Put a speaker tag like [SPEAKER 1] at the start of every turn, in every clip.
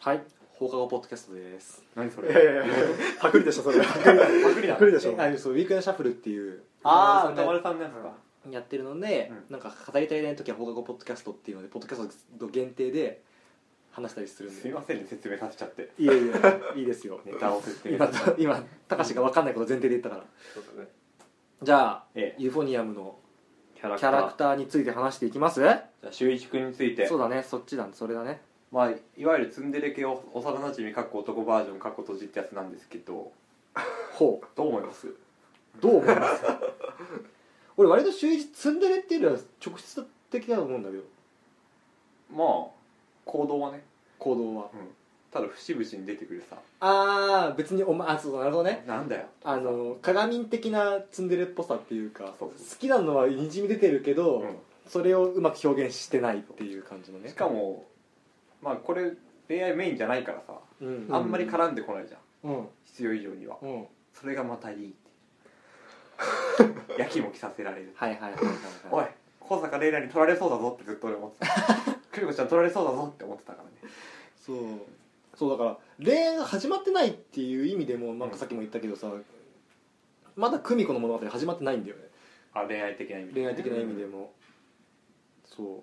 [SPEAKER 1] はい放課後ポッドキャストです
[SPEAKER 2] 何そ
[SPEAKER 3] いやい
[SPEAKER 2] れ
[SPEAKER 3] やいやパクリでしょそれは
[SPEAKER 2] パクリだ
[SPEAKER 3] パクリでしょ
[SPEAKER 1] あそうウィークエンドシャッフルっていう
[SPEAKER 2] ああ
[SPEAKER 1] 歌
[SPEAKER 2] 歌
[SPEAKER 1] 丸
[SPEAKER 2] 丸さんのやつか
[SPEAKER 1] さんやってるので、
[SPEAKER 2] う
[SPEAKER 1] なんか語りたいない時は放課後ポッドキャストっていうのでポッドキャスト限定で話したりするん
[SPEAKER 2] す
[SPEAKER 1] で
[SPEAKER 2] いませんね説明させちゃって
[SPEAKER 1] いやいやいいですよ
[SPEAKER 2] ネタを説 明
[SPEAKER 1] 今た今たかしが分かんないこと前提で言ったから
[SPEAKER 3] そうだね
[SPEAKER 1] じゃあ、
[SPEAKER 2] ええ
[SPEAKER 1] ユフォニアムの
[SPEAKER 2] キャラ
[SPEAKER 1] キャラクターについて話していきます
[SPEAKER 2] じゃあ周一君について
[SPEAKER 1] そうだねそっちだねそれだね
[SPEAKER 2] まあいわゆるツンデレ系を幼なじみかっこ男バージョンかっこ閉じってやつなんですけど
[SPEAKER 1] ほ
[SPEAKER 2] どう思います
[SPEAKER 1] うどう思います 俺割と週一ツンデレっていうよりは直接的だと思うんだけど
[SPEAKER 2] まあ行動はね
[SPEAKER 1] 行動は
[SPEAKER 2] ただ節々に出てくるさ
[SPEAKER 1] ああ別にお前あそうそうなるほどね
[SPEAKER 2] なんだよ
[SPEAKER 1] あの鏡的なツンデレっぽさっていうか
[SPEAKER 2] そう
[SPEAKER 1] 好きなのはにじみ出てるけど、
[SPEAKER 2] う
[SPEAKER 1] それをうまく表現してないっていう感じの
[SPEAKER 2] ん
[SPEAKER 1] ね
[SPEAKER 2] しかもまあこれ恋愛メインじゃないからさ
[SPEAKER 1] うん
[SPEAKER 2] あんまり絡んでこないじゃん
[SPEAKER 1] うん
[SPEAKER 2] 必要以上には
[SPEAKER 1] うん
[SPEAKER 2] それがまたいいって やきもきさせられる
[SPEAKER 1] はいはいはいはい、
[SPEAKER 2] おい
[SPEAKER 1] い、
[SPEAKER 2] 小坂玲奈に取られそうだぞってずっと俺思って た久美子ちゃん取られそうだぞって思ってたからね
[SPEAKER 1] そうそうだから恋愛が始まってないっていう意味でもなんかさっきも言ったけどさ、まだ久美子の物語始まってないんだよね
[SPEAKER 2] あ恋愛的な意味で
[SPEAKER 1] 恋愛的な意味でも、そう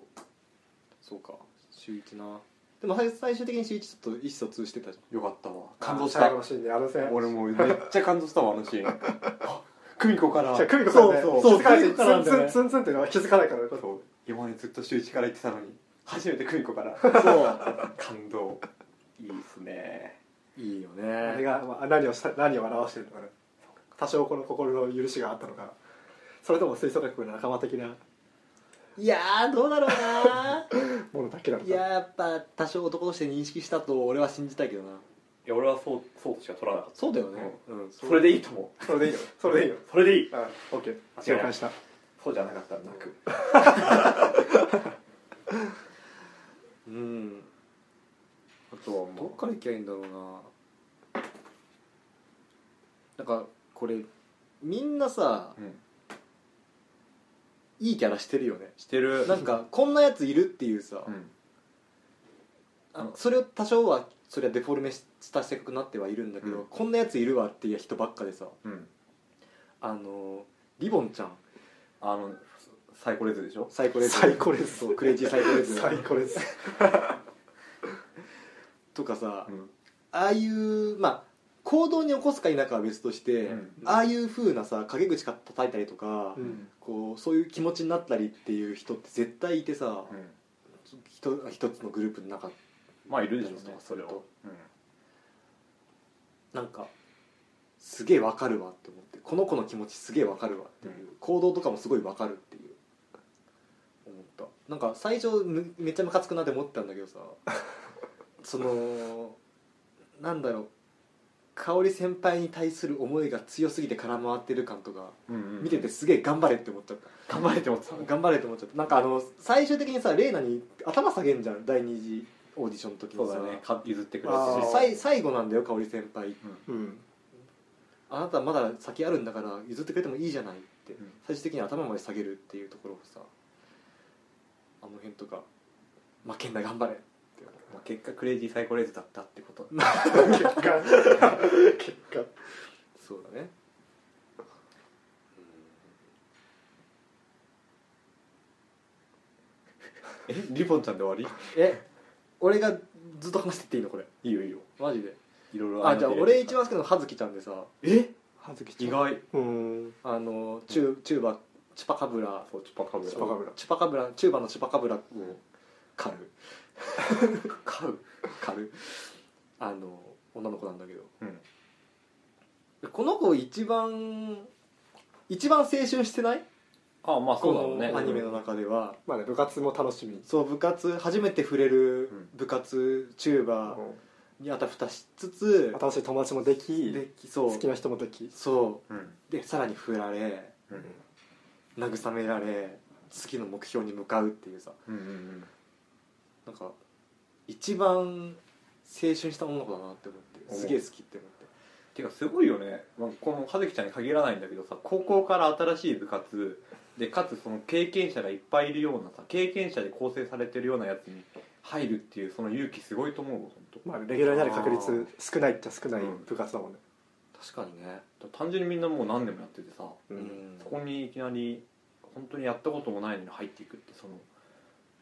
[SPEAKER 1] そうか週一なでも最最終的に週一ちょっと意思疎通してたじ
[SPEAKER 2] よかったわ感動し
[SPEAKER 3] 最
[SPEAKER 2] た
[SPEAKER 3] 後のシーンであのせ
[SPEAKER 2] 俺もうめっちゃ感動したわあのシ ーンあ久美子から
[SPEAKER 3] じゃあ久美子さんね
[SPEAKER 1] そうそう
[SPEAKER 3] 気づかな
[SPEAKER 1] そう久美子からな
[SPEAKER 3] い
[SPEAKER 1] んだよね
[SPEAKER 3] ツンツンツンツンっていうのは気づかないからね
[SPEAKER 2] そう今までずっと周一から言ってたのに初めて久美子から
[SPEAKER 1] ゃん そ
[SPEAKER 2] 感動いいっすね
[SPEAKER 1] ういいよ
[SPEAKER 3] あれ
[SPEAKER 1] ね
[SPEAKER 3] がまあ何をした何を表してるのかね多少この心の許しがあったのかそれとも吹奏楽部の仲間的ない
[SPEAKER 1] やーどうだろうな
[SPEAKER 3] ものだけなの
[SPEAKER 1] い
[SPEAKER 3] か
[SPEAKER 1] やーやっぱ多少男として認識したと俺は信じたいけどない
[SPEAKER 2] や俺はそうそうとしか取らなかっ
[SPEAKER 1] そうだよね、うん
[SPEAKER 2] たそれでいいと思う
[SPEAKER 3] それでいいよそれでいいよ
[SPEAKER 2] それでいい
[SPEAKER 3] あオッケー
[SPEAKER 2] 間違いない
[SPEAKER 3] 了解した
[SPEAKER 2] そうじゃなかったら泣く
[SPEAKER 1] うんあとはどっから行きゃいいんだろうななんかこれみんなさ
[SPEAKER 2] うん
[SPEAKER 1] いいキャラしてるよね
[SPEAKER 2] してる
[SPEAKER 1] なんかこんなやついるっていうさ、
[SPEAKER 2] うん
[SPEAKER 1] あのそれを多少はそれはデフォルメした性格になってはいるんだけど、
[SPEAKER 2] うん
[SPEAKER 1] こんなやついるわっていう人ばっかでさ
[SPEAKER 2] うん
[SPEAKER 1] あのリボンちゃん
[SPEAKER 2] あのサイコレズでしょ
[SPEAKER 1] サイコレズ
[SPEAKER 3] サイコレズ
[SPEAKER 1] そうクレイジーサイコレズ
[SPEAKER 3] 最高です
[SPEAKER 1] とかさ、
[SPEAKER 2] ん
[SPEAKER 1] ああいうまあ行動に起こすか否かは別として、
[SPEAKER 2] うん
[SPEAKER 1] ああいう風なさ陰口叩いたりとか、
[SPEAKER 3] うん
[SPEAKER 1] こうそういう気持ちになったりっていう人って絶対いてさ、
[SPEAKER 2] うん
[SPEAKER 1] ひと一つのグループの中
[SPEAKER 2] まあいるでしょう
[SPEAKER 1] そう
[SPEAKER 2] ね
[SPEAKER 1] ね
[SPEAKER 2] それ
[SPEAKER 1] きっ
[SPEAKER 2] を
[SPEAKER 1] と
[SPEAKER 2] うん
[SPEAKER 1] なんかすげえわかるわって思ってこの子の気持ちすげえわかるわっていう、行動とかもすごいわかるっていう思ったなんか最初むめっちゃムカつくなって思ったんだけど さそのなんだろう香織先輩に対する思いが強すぎて空回ってる感とか
[SPEAKER 2] うんうん
[SPEAKER 1] 見ててすげえ頑張れって思っちゃった、
[SPEAKER 2] 頑張れって思ってた
[SPEAKER 1] 頑張れって思っちゃったなんかあの最終的にさ玲奈に頭下げんじゃん第二次オーディションの時
[SPEAKER 2] そ
[SPEAKER 1] に
[SPEAKER 2] う
[SPEAKER 1] さ
[SPEAKER 2] だねか譲ってくれ
[SPEAKER 3] あー
[SPEAKER 2] たし
[SPEAKER 1] さい最後なんだよ香織先輩
[SPEAKER 3] うん
[SPEAKER 1] あなたまだ先あるんだから譲ってくれてもいいじゃないって、
[SPEAKER 2] うん
[SPEAKER 1] 最終的に頭まで下げるっていうところをさあの辺とか負けんな頑張れ
[SPEAKER 2] まあ結果クレイジーサイコレーズだったってこと
[SPEAKER 3] 結果結果
[SPEAKER 1] そうだね
[SPEAKER 2] えリボンちゃんで終わ
[SPEAKER 1] え俺がずっと話してっていいのこれ
[SPEAKER 2] りいいよいいよ
[SPEAKER 1] マジで
[SPEAKER 2] いろいろ
[SPEAKER 1] あじゃあ
[SPEAKER 2] の
[SPEAKER 1] 俺一番好きなのはずきちゃんでさ
[SPEAKER 2] え
[SPEAKER 3] 葉月
[SPEAKER 2] 意外
[SPEAKER 3] うん
[SPEAKER 1] あのチュチューバチュパカブラ
[SPEAKER 2] そうチュパカブラ
[SPEAKER 3] チュパカブラ
[SPEAKER 1] チュパカブラチューバのチュパカブラを狩る
[SPEAKER 2] 買う
[SPEAKER 1] 狩るあの女の子なんだけど
[SPEAKER 2] うん
[SPEAKER 1] この子一番一番青春してない
[SPEAKER 2] あまあそうだろうね
[SPEAKER 1] このアニメの中では、
[SPEAKER 3] まあね部活も楽しみに
[SPEAKER 1] そう部活初めて触れる部活、チューバーにあたふたしつつ、
[SPEAKER 3] 新しい友達もでき
[SPEAKER 1] できそう
[SPEAKER 3] 好きな人もでき
[SPEAKER 1] そ
[SPEAKER 2] うん
[SPEAKER 1] うでさらに振られ
[SPEAKER 2] うん
[SPEAKER 1] 慰められ次の目標に向かうっていうさ
[SPEAKER 2] うんうん
[SPEAKER 1] なんか一番青春した女の子だなって思って
[SPEAKER 2] 思う
[SPEAKER 1] すげえ好きって思って
[SPEAKER 2] てかすごいよね、まあ、この葉月ちゃんに限らないんだけどさ高校から新しい部活でかつその経験者がいっぱいいるようなさ経験者で構成されてるようなやつに入るっていうその勇気すごいと思うわ本当
[SPEAKER 3] まあレギュラーになる確率少ないっちゃ少ない部活だもんね、
[SPEAKER 1] 確かにね
[SPEAKER 2] 単純にみんなもう何年もやっててさ、
[SPEAKER 1] うん、
[SPEAKER 2] そこにいきなり本当にやったこともないのに入っていくってその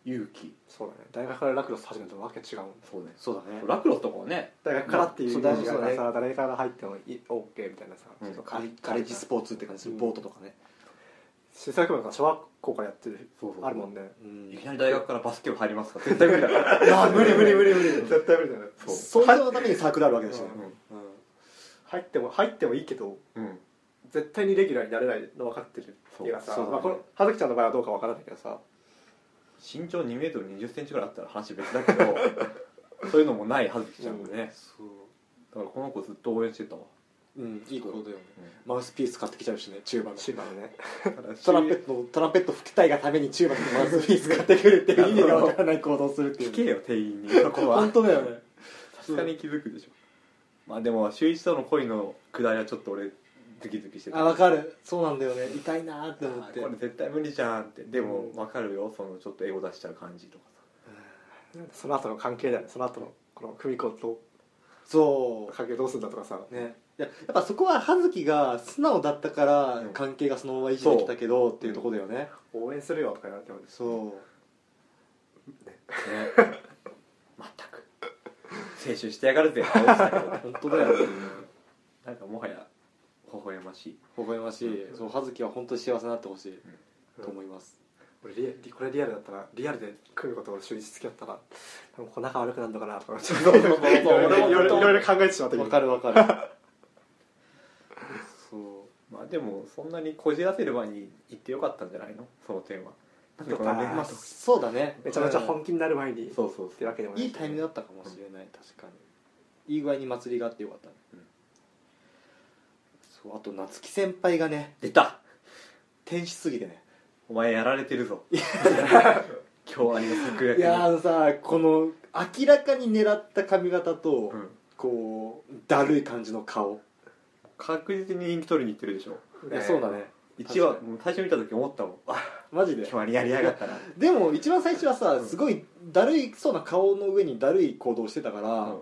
[SPEAKER 2] 勇気
[SPEAKER 3] そうだね大学からラクロス始めたらわけ違うもん
[SPEAKER 2] そうね
[SPEAKER 1] そうだね
[SPEAKER 2] ラクロスとかはね
[SPEAKER 3] 大学からっていうイ
[SPEAKER 1] そう
[SPEAKER 3] メ
[SPEAKER 1] 大
[SPEAKER 3] ー
[SPEAKER 1] 事
[SPEAKER 3] ジ
[SPEAKER 1] そう
[SPEAKER 3] が
[SPEAKER 1] ね
[SPEAKER 3] さ誰から入ってもい OK みたいなさ
[SPEAKER 2] うん
[SPEAKER 3] ちょっと
[SPEAKER 1] カ
[SPEAKER 3] か
[SPEAKER 1] レカレッジスポーツって感じするボートとかね、
[SPEAKER 3] 新作部が小学校からやってる
[SPEAKER 2] そうそう
[SPEAKER 3] あるもんね
[SPEAKER 1] うん
[SPEAKER 2] いきなり大学からバスケ部入りますか絶対無理だか ら
[SPEAKER 1] あ無理無理無理無理
[SPEAKER 3] 絶対無理だよね
[SPEAKER 2] そう
[SPEAKER 1] 想像のためにサークルあるわけだしね、
[SPEAKER 3] 入っても入ってもいいけど
[SPEAKER 2] うん、うん、
[SPEAKER 3] 絶対にレギュラーになれないの分かってる
[SPEAKER 2] そう
[SPEAKER 3] いやさ、
[SPEAKER 1] そうだね
[SPEAKER 3] まあ、この葉月ちゃんの場合はどうか分からないけどさ
[SPEAKER 2] 身長2メートル2 0ンチぐらいあったら話別だ けどそういうのもないはずきちゃんもね、だからこの子ずっと応援してたわ、
[SPEAKER 1] うん、うん、いいことだよね
[SPEAKER 2] う
[SPEAKER 1] マウスピース買ってきちゃうしね中盤の
[SPEAKER 3] シーバーのね
[SPEAKER 2] ん、ただ
[SPEAKER 1] トランペットのトランペット吹きたいがために中盤のマウスピース買ってくるっていう意味がわからない行動をするってい
[SPEAKER 2] 聞
[SPEAKER 1] う
[SPEAKER 2] けよ店員にそこは
[SPEAKER 1] 本当だよね
[SPEAKER 2] 確かに気づくでしょまあでも周一との恋のくだりはちょっと俺ズキズキして
[SPEAKER 1] あ
[SPEAKER 2] た
[SPEAKER 1] 分かるそうなんだよね痛いなーって思
[SPEAKER 2] あ
[SPEAKER 1] って
[SPEAKER 2] ーこれ絶対無理じゃんってでも
[SPEAKER 1] うん
[SPEAKER 2] 分かるよそのちょっとエゴ出しちゃう感じとか
[SPEAKER 3] その後の関係だよねその後のこの久美子と
[SPEAKER 1] そ
[SPEAKER 3] 関係どうするんだとかさ、
[SPEAKER 1] うねいややっぱそこは葉月が素直だったから
[SPEAKER 2] うん
[SPEAKER 1] 関係がそのまま維持できたけどっていうところだよね
[SPEAKER 3] 応援するよとか言われても
[SPEAKER 1] そう
[SPEAKER 2] さ、ね、全 く青春してやがるぜって思ってたけどね
[SPEAKER 1] 本当だよね
[SPEAKER 2] なんかもはや微笑ましい
[SPEAKER 1] 微笑ましいそう葉月は本当に幸せになってほしいと思います
[SPEAKER 3] 俺リアリこれリアルだったらリアルで久美子と週一付き合ったら多分こう仲悪くなるのかなとかちょっといろ
[SPEAKER 2] そう俺も
[SPEAKER 3] いろいろ考えてしまって
[SPEAKER 1] わか
[SPEAKER 3] る
[SPEAKER 1] るわかるそう
[SPEAKER 2] まあでもそんなにこじらせる前に言ってよかったんじゃないのその点はなんでこんな
[SPEAKER 3] ま
[SPEAKER 1] ま
[SPEAKER 3] あ
[SPEAKER 1] あ
[SPEAKER 2] 年末
[SPEAKER 1] そうだね
[SPEAKER 3] めちゃめちゃ本気になる前にっ
[SPEAKER 2] そうそう
[SPEAKER 3] て
[SPEAKER 2] そう
[SPEAKER 3] わけでもない
[SPEAKER 1] いいタイミングだったかもしれない確かにいい具合に祭りがあってよかったね、
[SPEAKER 2] うん
[SPEAKER 1] そうあと夏希先輩がね
[SPEAKER 2] 出た
[SPEAKER 1] 天使すぎてね
[SPEAKER 2] お前やられてるぞ 今日ありの作
[SPEAKER 1] いやーあのさこの明らかに狙った髪型と、
[SPEAKER 2] うん、
[SPEAKER 1] こうだるい感じの顔、
[SPEAKER 2] 確実に人気取りに行ってるでしょ
[SPEAKER 1] いやそうだね
[SPEAKER 2] 一話もう最初見た時思ったもんあ
[SPEAKER 1] マジで
[SPEAKER 2] 決まりやりやがったな
[SPEAKER 1] でも一番最初はさ
[SPEAKER 2] うん
[SPEAKER 1] すごいだるいそうな顔の上にだるい行動してたから、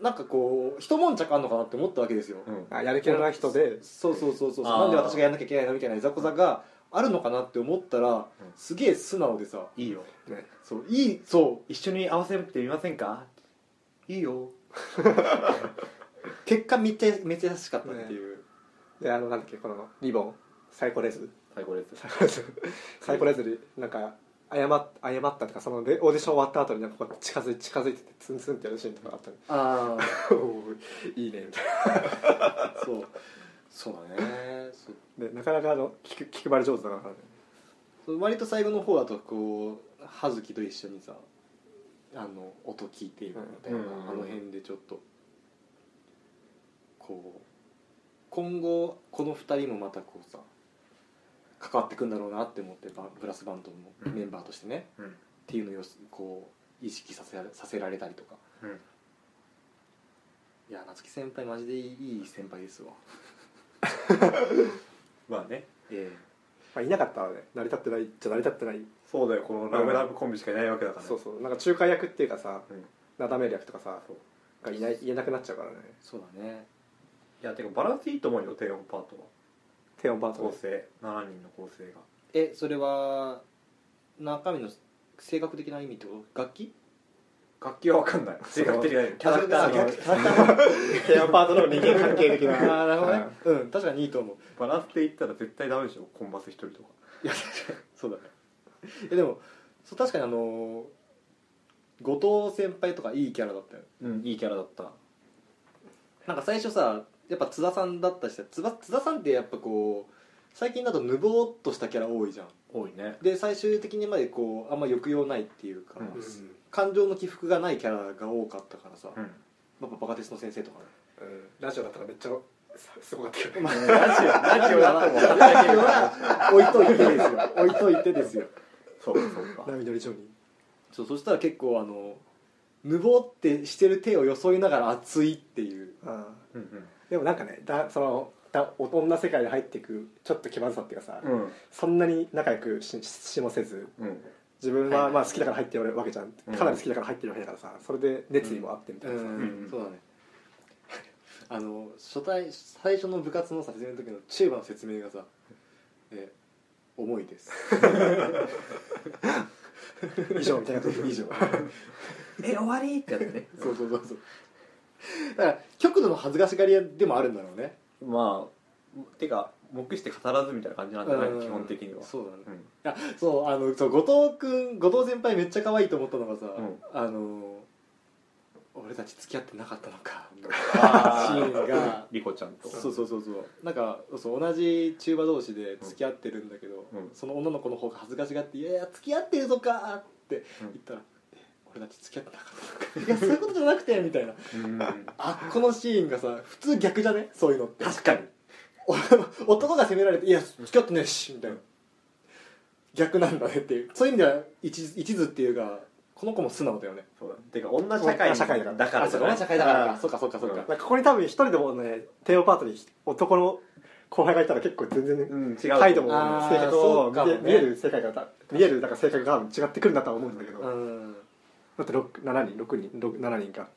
[SPEAKER 1] なんかこう一悶着あんのかなって思ったわけですよ、
[SPEAKER 2] うん
[SPEAKER 3] あやる気のない人で
[SPEAKER 1] そうそうそうそう
[SPEAKER 2] あー
[SPEAKER 1] なんで私がやんなきゃいけないのみたいないざこざがあるのかなって思ったら、すげえ素直でさ
[SPEAKER 2] いいよ
[SPEAKER 3] ね
[SPEAKER 1] そういいそ
[SPEAKER 2] 一緒に合わせてみませんかいいよ
[SPEAKER 1] う 結果めっちゃめっちゃ優しかったっていう、
[SPEAKER 3] であのなんだっけこのリボンサイコレズ
[SPEAKER 2] 最高です
[SPEAKER 3] サイコレズになんか謝っ謝ったとかそのでオーディション終わった後になんかこう近づい近づいてってツンツンってやるシーンとかあったの
[SPEAKER 1] ああ
[SPEAKER 3] おーいいねみたい
[SPEAKER 1] そうそうだねそう
[SPEAKER 3] な でなかなかあの気気配り上手だからね
[SPEAKER 1] そう割と最後の方だとこう葉月と一緒にさあの音聞いているみたいな、
[SPEAKER 2] うんうんうん
[SPEAKER 1] あの辺でちょっとこう今後この2人もまたこうさ関わってくんだろうなって思ってバブラスバンドのメンバーとしてね、
[SPEAKER 2] うん
[SPEAKER 1] っていうのをよしこう意識させられさせられたりとか
[SPEAKER 2] うん
[SPEAKER 1] いや夏希先輩マジでいい先輩ですわ
[SPEAKER 2] まあね
[SPEAKER 1] え
[SPEAKER 3] まあ、いなかったらね成り立ってないじゃ成り立ってない、
[SPEAKER 2] そうだよこのラブラブコンビしかいないわけだからね
[SPEAKER 3] そうそうなんか仲介役っていうかさ
[SPEAKER 2] うんい
[SPEAKER 3] なだめる役とかさ
[SPEAKER 2] そう
[SPEAKER 3] がいない言えなくなっちゃうからね
[SPEAKER 1] えそうだね
[SPEAKER 2] やてかバランスいいと思うよ低音パートは
[SPEAKER 3] 低音パート
[SPEAKER 2] 構
[SPEAKER 3] も
[SPEAKER 2] 成7人の構成が
[SPEAKER 1] えそれは中身の性格的な意味ってこと楽器
[SPEAKER 2] 楽器は分かんない 性格的なキャラクターの
[SPEAKER 3] 低音パートの人間関係 的
[SPEAKER 1] あ
[SPEAKER 3] な
[SPEAKER 1] ーなるほどねうん確かにいいと思う
[SPEAKER 2] バランスで言ったら絶対ダメでしょコンバス一人とか
[SPEAKER 1] いやそうだねえでもそう確かにあのー後藤先輩とかいいキャラだったよ
[SPEAKER 2] うんいいキャラだった
[SPEAKER 1] なんか最初さやっぱ津田さんだったしさ津田津田さんってやっぱこう最近だとぬぼーっとしたキャラ多いじゃん
[SPEAKER 2] 多いね
[SPEAKER 1] で最終的にまでこうあんま抑揚ないっていうか、
[SPEAKER 2] うん
[SPEAKER 3] うん
[SPEAKER 1] 感情の起伏がないキャラが多かったからさ、
[SPEAKER 2] うん
[SPEAKER 1] やっぱバカテスの先生とかね
[SPEAKER 3] うんラジオだったらめっちゃさすごかったけど、
[SPEAKER 2] ラジオラジオだとも
[SPEAKER 1] ラ ジオは置いといてですよ置いといてですよ
[SPEAKER 2] そうかそうか
[SPEAKER 3] 波乗り上人
[SPEAKER 1] そうそしたら結構あのぬぼーってしてる手を装いながら熱いっていう
[SPEAKER 3] ああ
[SPEAKER 2] うん
[SPEAKER 3] でもなんかねだそのだ女世界に入っていくちょっと気まずさっていうかさ、
[SPEAKER 2] うん
[SPEAKER 3] そんなに仲良くしししもせず
[SPEAKER 2] うん
[SPEAKER 3] 自分はまあ好きだから入ってるわけじゃん
[SPEAKER 2] うん
[SPEAKER 3] かなり好きだから入ってるわけだからさそれで熱意もあってみたいなさ、
[SPEAKER 2] うん
[SPEAKER 1] そうだね あの初対最初の部活のさ説明の時のチューバの説明がさ「え重い です」
[SPEAKER 3] 以上みたいなこと
[SPEAKER 1] 以上
[SPEAKER 2] え終わりってやつね
[SPEAKER 1] そうそうそうそうだから極度の恥ずかしがり屋でもあるんだろうね
[SPEAKER 2] まあてか黙して語らずみたいな感じなんじゃない
[SPEAKER 1] うん
[SPEAKER 2] 基本的には
[SPEAKER 1] そうだね
[SPEAKER 2] うん
[SPEAKER 1] あそうあのそう後藤君後藤先輩めっちゃ可愛いと思ったのがさ、
[SPEAKER 2] うん
[SPEAKER 1] あの俺たち付き合ってなかったのか
[SPEAKER 2] あ
[SPEAKER 1] シ
[SPEAKER 2] ー
[SPEAKER 1] ーンが
[SPEAKER 2] リコちゃんと
[SPEAKER 1] そうそうそうそうなんかそう同じ中馬同士で付き合ってるんだけど、
[SPEAKER 2] うん
[SPEAKER 1] その女の子の方が恥ずかしがって「いやいや付き合ってるのか」って言ったら「え俺たち付き合ってなかったのか」「いやそういうことじゃなくて」みたいな
[SPEAKER 2] うん
[SPEAKER 1] あこのシーンがさ普通逆じゃねそういうのって確かに 男が責められて「いや付き合ってねえし」みたいな逆なんだねっていうそういう意味では一一途っていうかこの子も素直だよね
[SPEAKER 2] そうだてか女社会
[SPEAKER 3] 社会だから
[SPEAKER 2] だから
[SPEAKER 1] あそうか社会だからか
[SPEAKER 2] そ
[SPEAKER 1] そうかそうかそうか
[SPEAKER 3] なんかここに多分一人でもねテオパートに男の後輩がいたら結構全然、ね
[SPEAKER 2] うん違う
[SPEAKER 3] 態度も
[SPEAKER 1] あー
[SPEAKER 3] 性格も見え,、
[SPEAKER 1] そうかもね
[SPEAKER 3] 見える世界がた見えるなんか性格が違ってくるんだとは思うんだけど、だ
[SPEAKER 1] ん、
[SPEAKER 3] って六7人6人六7人か、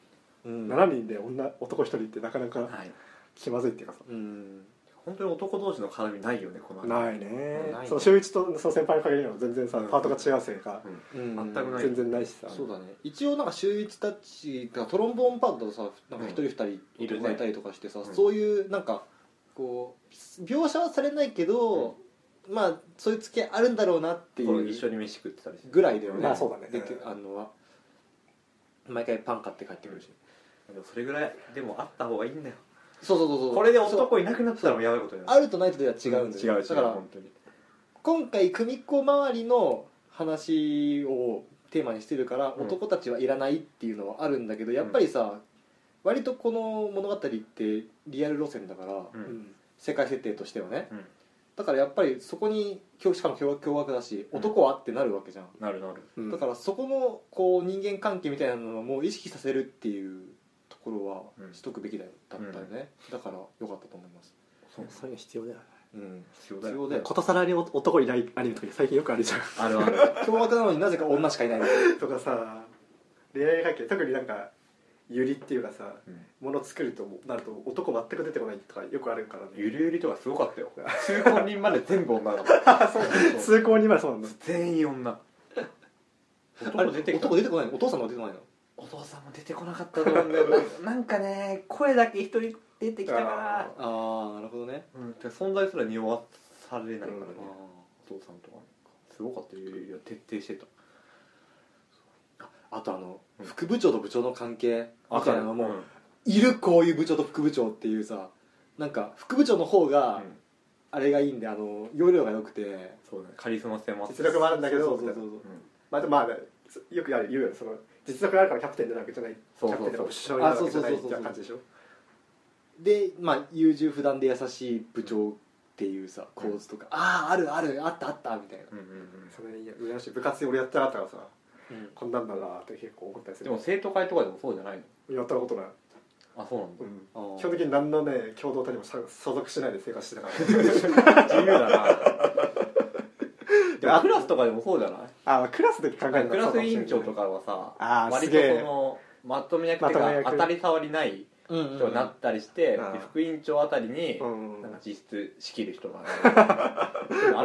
[SPEAKER 1] うん
[SPEAKER 3] 7人で女男1人ってなかなか
[SPEAKER 2] はい
[SPEAKER 3] 気まずいっていうかさ、
[SPEAKER 1] うん
[SPEAKER 2] 本当に男同士の絡みないよねこの後
[SPEAKER 3] ないね
[SPEAKER 1] ないね
[SPEAKER 3] その週一とその先輩の限りの全然さ、パートが違うせいか
[SPEAKER 2] うん
[SPEAKER 1] うん
[SPEAKER 2] 全くない
[SPEAKER 3] 全然ないしさ、
[SPEAKER 1] そうだね一応なんか秀一たちがトロンボーンパートとさなんか一人二人
[SPEAKER 2] いる
[SPEAKER 1] 男
[SPEAKER 2] ね
[SPEAKER 1] がいたりとかしてさ、
[SPEAKER 2] うん
[SPEAKER 1] そういうなんかこう描写はされないけど、まあそういう付き合いあるんだろうなってい
[SPEAKER 2] こう一緒
[SPEAKER 1] う
[SPEAKER 2] に飯食ってたりして
[SPEAKER 1] ぐらいだよね,、
[SPEAKER 3] まあそうだね
[SPEAKER 1] であの毎回パン買って帰ってくるし、
[SPEAKER 2] でもそれぐらいでもあった方がいいんだよ
[SPEAKER 1] そうそうそうそう
[SPEAKER 2] これで
[SPEAKER 1] そう
[SPEAKER 2] 男いなくなったらもうやばいことにな
[SPEAKER 1] あるとないとでは違うんだよ、
[SPEAKER 2] 違う違う
[SPEAKER 1] だから
[SPEAKER 2] 本当に
[SPEAKER 1] 今回組子周りの話をテーマにしてるから、
[SPEAKER 2] うん
[SPEAKER 1] 男たちはいらないっていうのはあるんだけどやっぱりさ、割とこの物語ってリアル路線だから、
[SPEAKER 2] うん
[SPEAKER 3] うん
[SPEAKER 1] 世界設定としてはね
[SPEAKER 2] うん
[SPEAKER 1] だからやっぱりそこにしかも凶悪凶悪だし
[SPEAKER 2] うん
[SPEAKER 1] 男はってなるわけじゃん、
[SPEAKER 2] なるなる
[SPEAKER 3] うん
[SPEAKER 1] だからそこのこう人間関係みたいなのをもう意識させるっていうところ
[SPEAKER 2] うん
[SPEAKER 1] はしとくべきだよだったよね、だから良かったと思います、
[SPEAKER 2] そう
[SPEAKER 3] そういうの必要だよね
[SPEAKER 1] うん、
[SPEAKER 2] 必要だ
[SPEAKER 1] 必
[SPEAKER 2] よ
[SPEAKER 1] 要だよ
[SPEAKER 3] ことさらに男いないアニメとか最近よくあるじゃん
[SPEAKER 2] あるある
[SPEAKER 1] 凶悪なのになぜか女しかいない
[SPEAKER 3] とかさ恋愛関係特になんかユリっていうかさもの作るとなると男全く出てこないとかよくあるから
[SPEAKER 2] ゆ
[SPEAKER 3] ね
[SPEAKER 2] りゆりとかすごかったよ通行人まで全部女だった
[SPEAKER 3] 通行にまでそうなんだ
[SPEAKER 2] 全員女
[SPEAKER 1] あれ
[SPEAKER 2] 男出てきた
[SPEAKER 1] 男出てこないのお父さんの出てこないの
[SPEAKER 2] お父さんも出てこなかったと思うんだよななんかね声だけ一人出てきたから
[SPEAKER 1] ああなるほどね
[SPEAKER 2] うん、てか存在すら匂わされないからね、
[SPEAKER 3] うん
[SPEAKER 2] お父さんとかねすごかったよいや徹底してた
[SPEAKER 1] あとあの、
[SPEAKER 2] うん
[SPEAKER 1] 副部長と部長の関係みたいなのも、
[SPEAKER 2] うん
[SPEAKER 1] いるこういう部長と副部長っていうさなんか副部長の方
[SPEAKER 2] う
[SPEAKER 1] が
[SPEAKER 2] ん
[SPEAKER 1] あれがいいんであの容量が良くて
[SPEAKER 2] そうねカリスマ性もあって
[SPEAKER 3] 実力もあるんだけど
[SPEAKER 1] そうそうそう
[SPEAKER 2] うん
[SPEAKER 3] まあでもまあよくある言うよねその実力があるからキャプテンじゃなくじゃないキ
[SPEAKER 2] そう
[SPEAKER 3] ャ
[SPEAKER 2] そうそう
[SPEAKER 3] プテンとか首相になるわけじゃな
[SPEAKER 1] あ
[SPEAKER 3] いみ
[SPEAKER 1] そうそうそうそう
[SPEAKER 3] たいな感じでしょ
[SPEAKER 1] でまあ優柔不断で優しい部長っていうさ構図とか、あああるあるあったあったみたいな、
[SPEAKER 2] うんうんうん
[SPEAKER 3] それいや羨ましい部活で俺やってなかったからさ
[SPEAKER 1] うん
[SPEAKER 3] こんなんだなって結構思ったりす
[SPEAKER 2] で
[SPEAKER 3] る
[SPEAKER 2] も生徒会とかでもそうじゃないの
[SPEAKER 3] やったことない、
[SPEAKER 2] あそうなんだ
[SPEAKER 3] うん
[SPEAKER 1] あー
[SPEAKER 3] 基本的に何のね共同体にもさ所属しないで生活してたから
[SPEAKER 2] 自由だなでもクラスとかでもそうじゃない
[SPEAKER 3] あまあクラスで考えるの
[SPEAKER 2] ク
[SPEAKER 3] はそ
[SPEAKER 2] ラ
[SPEAKER 3] うかも
[SPEAKER 2] ス
[SPEAKER 3] し
[SPEAKER 2] 委
[SPEAKER 3] れない
[SPEAKER 2] 員長とかはさ
[SPEAKER 3] あー
[SPEAKER 2] 割
[SPEAKER 3] す
[SPEAKER 2] と
[SPEAKER 3] げえ
[SPEAKER 2] そのまとめ役っていう
[SPEAKER 3] まとめ
[SPEAKER 2] か
[SPEAKER 3] 役
[SPEAKER 2] 当たり障りない
[SPEAKER 1] うんうん
[SPEAKER 2] 人になったりして、
[SPEAKER 3] うん
[SPEAKER 2] で副委員長あたりに、
[SPEAKER 3] うん
[SPEAKER 2] なんか実質仕切る人が、ね、あるでしょ、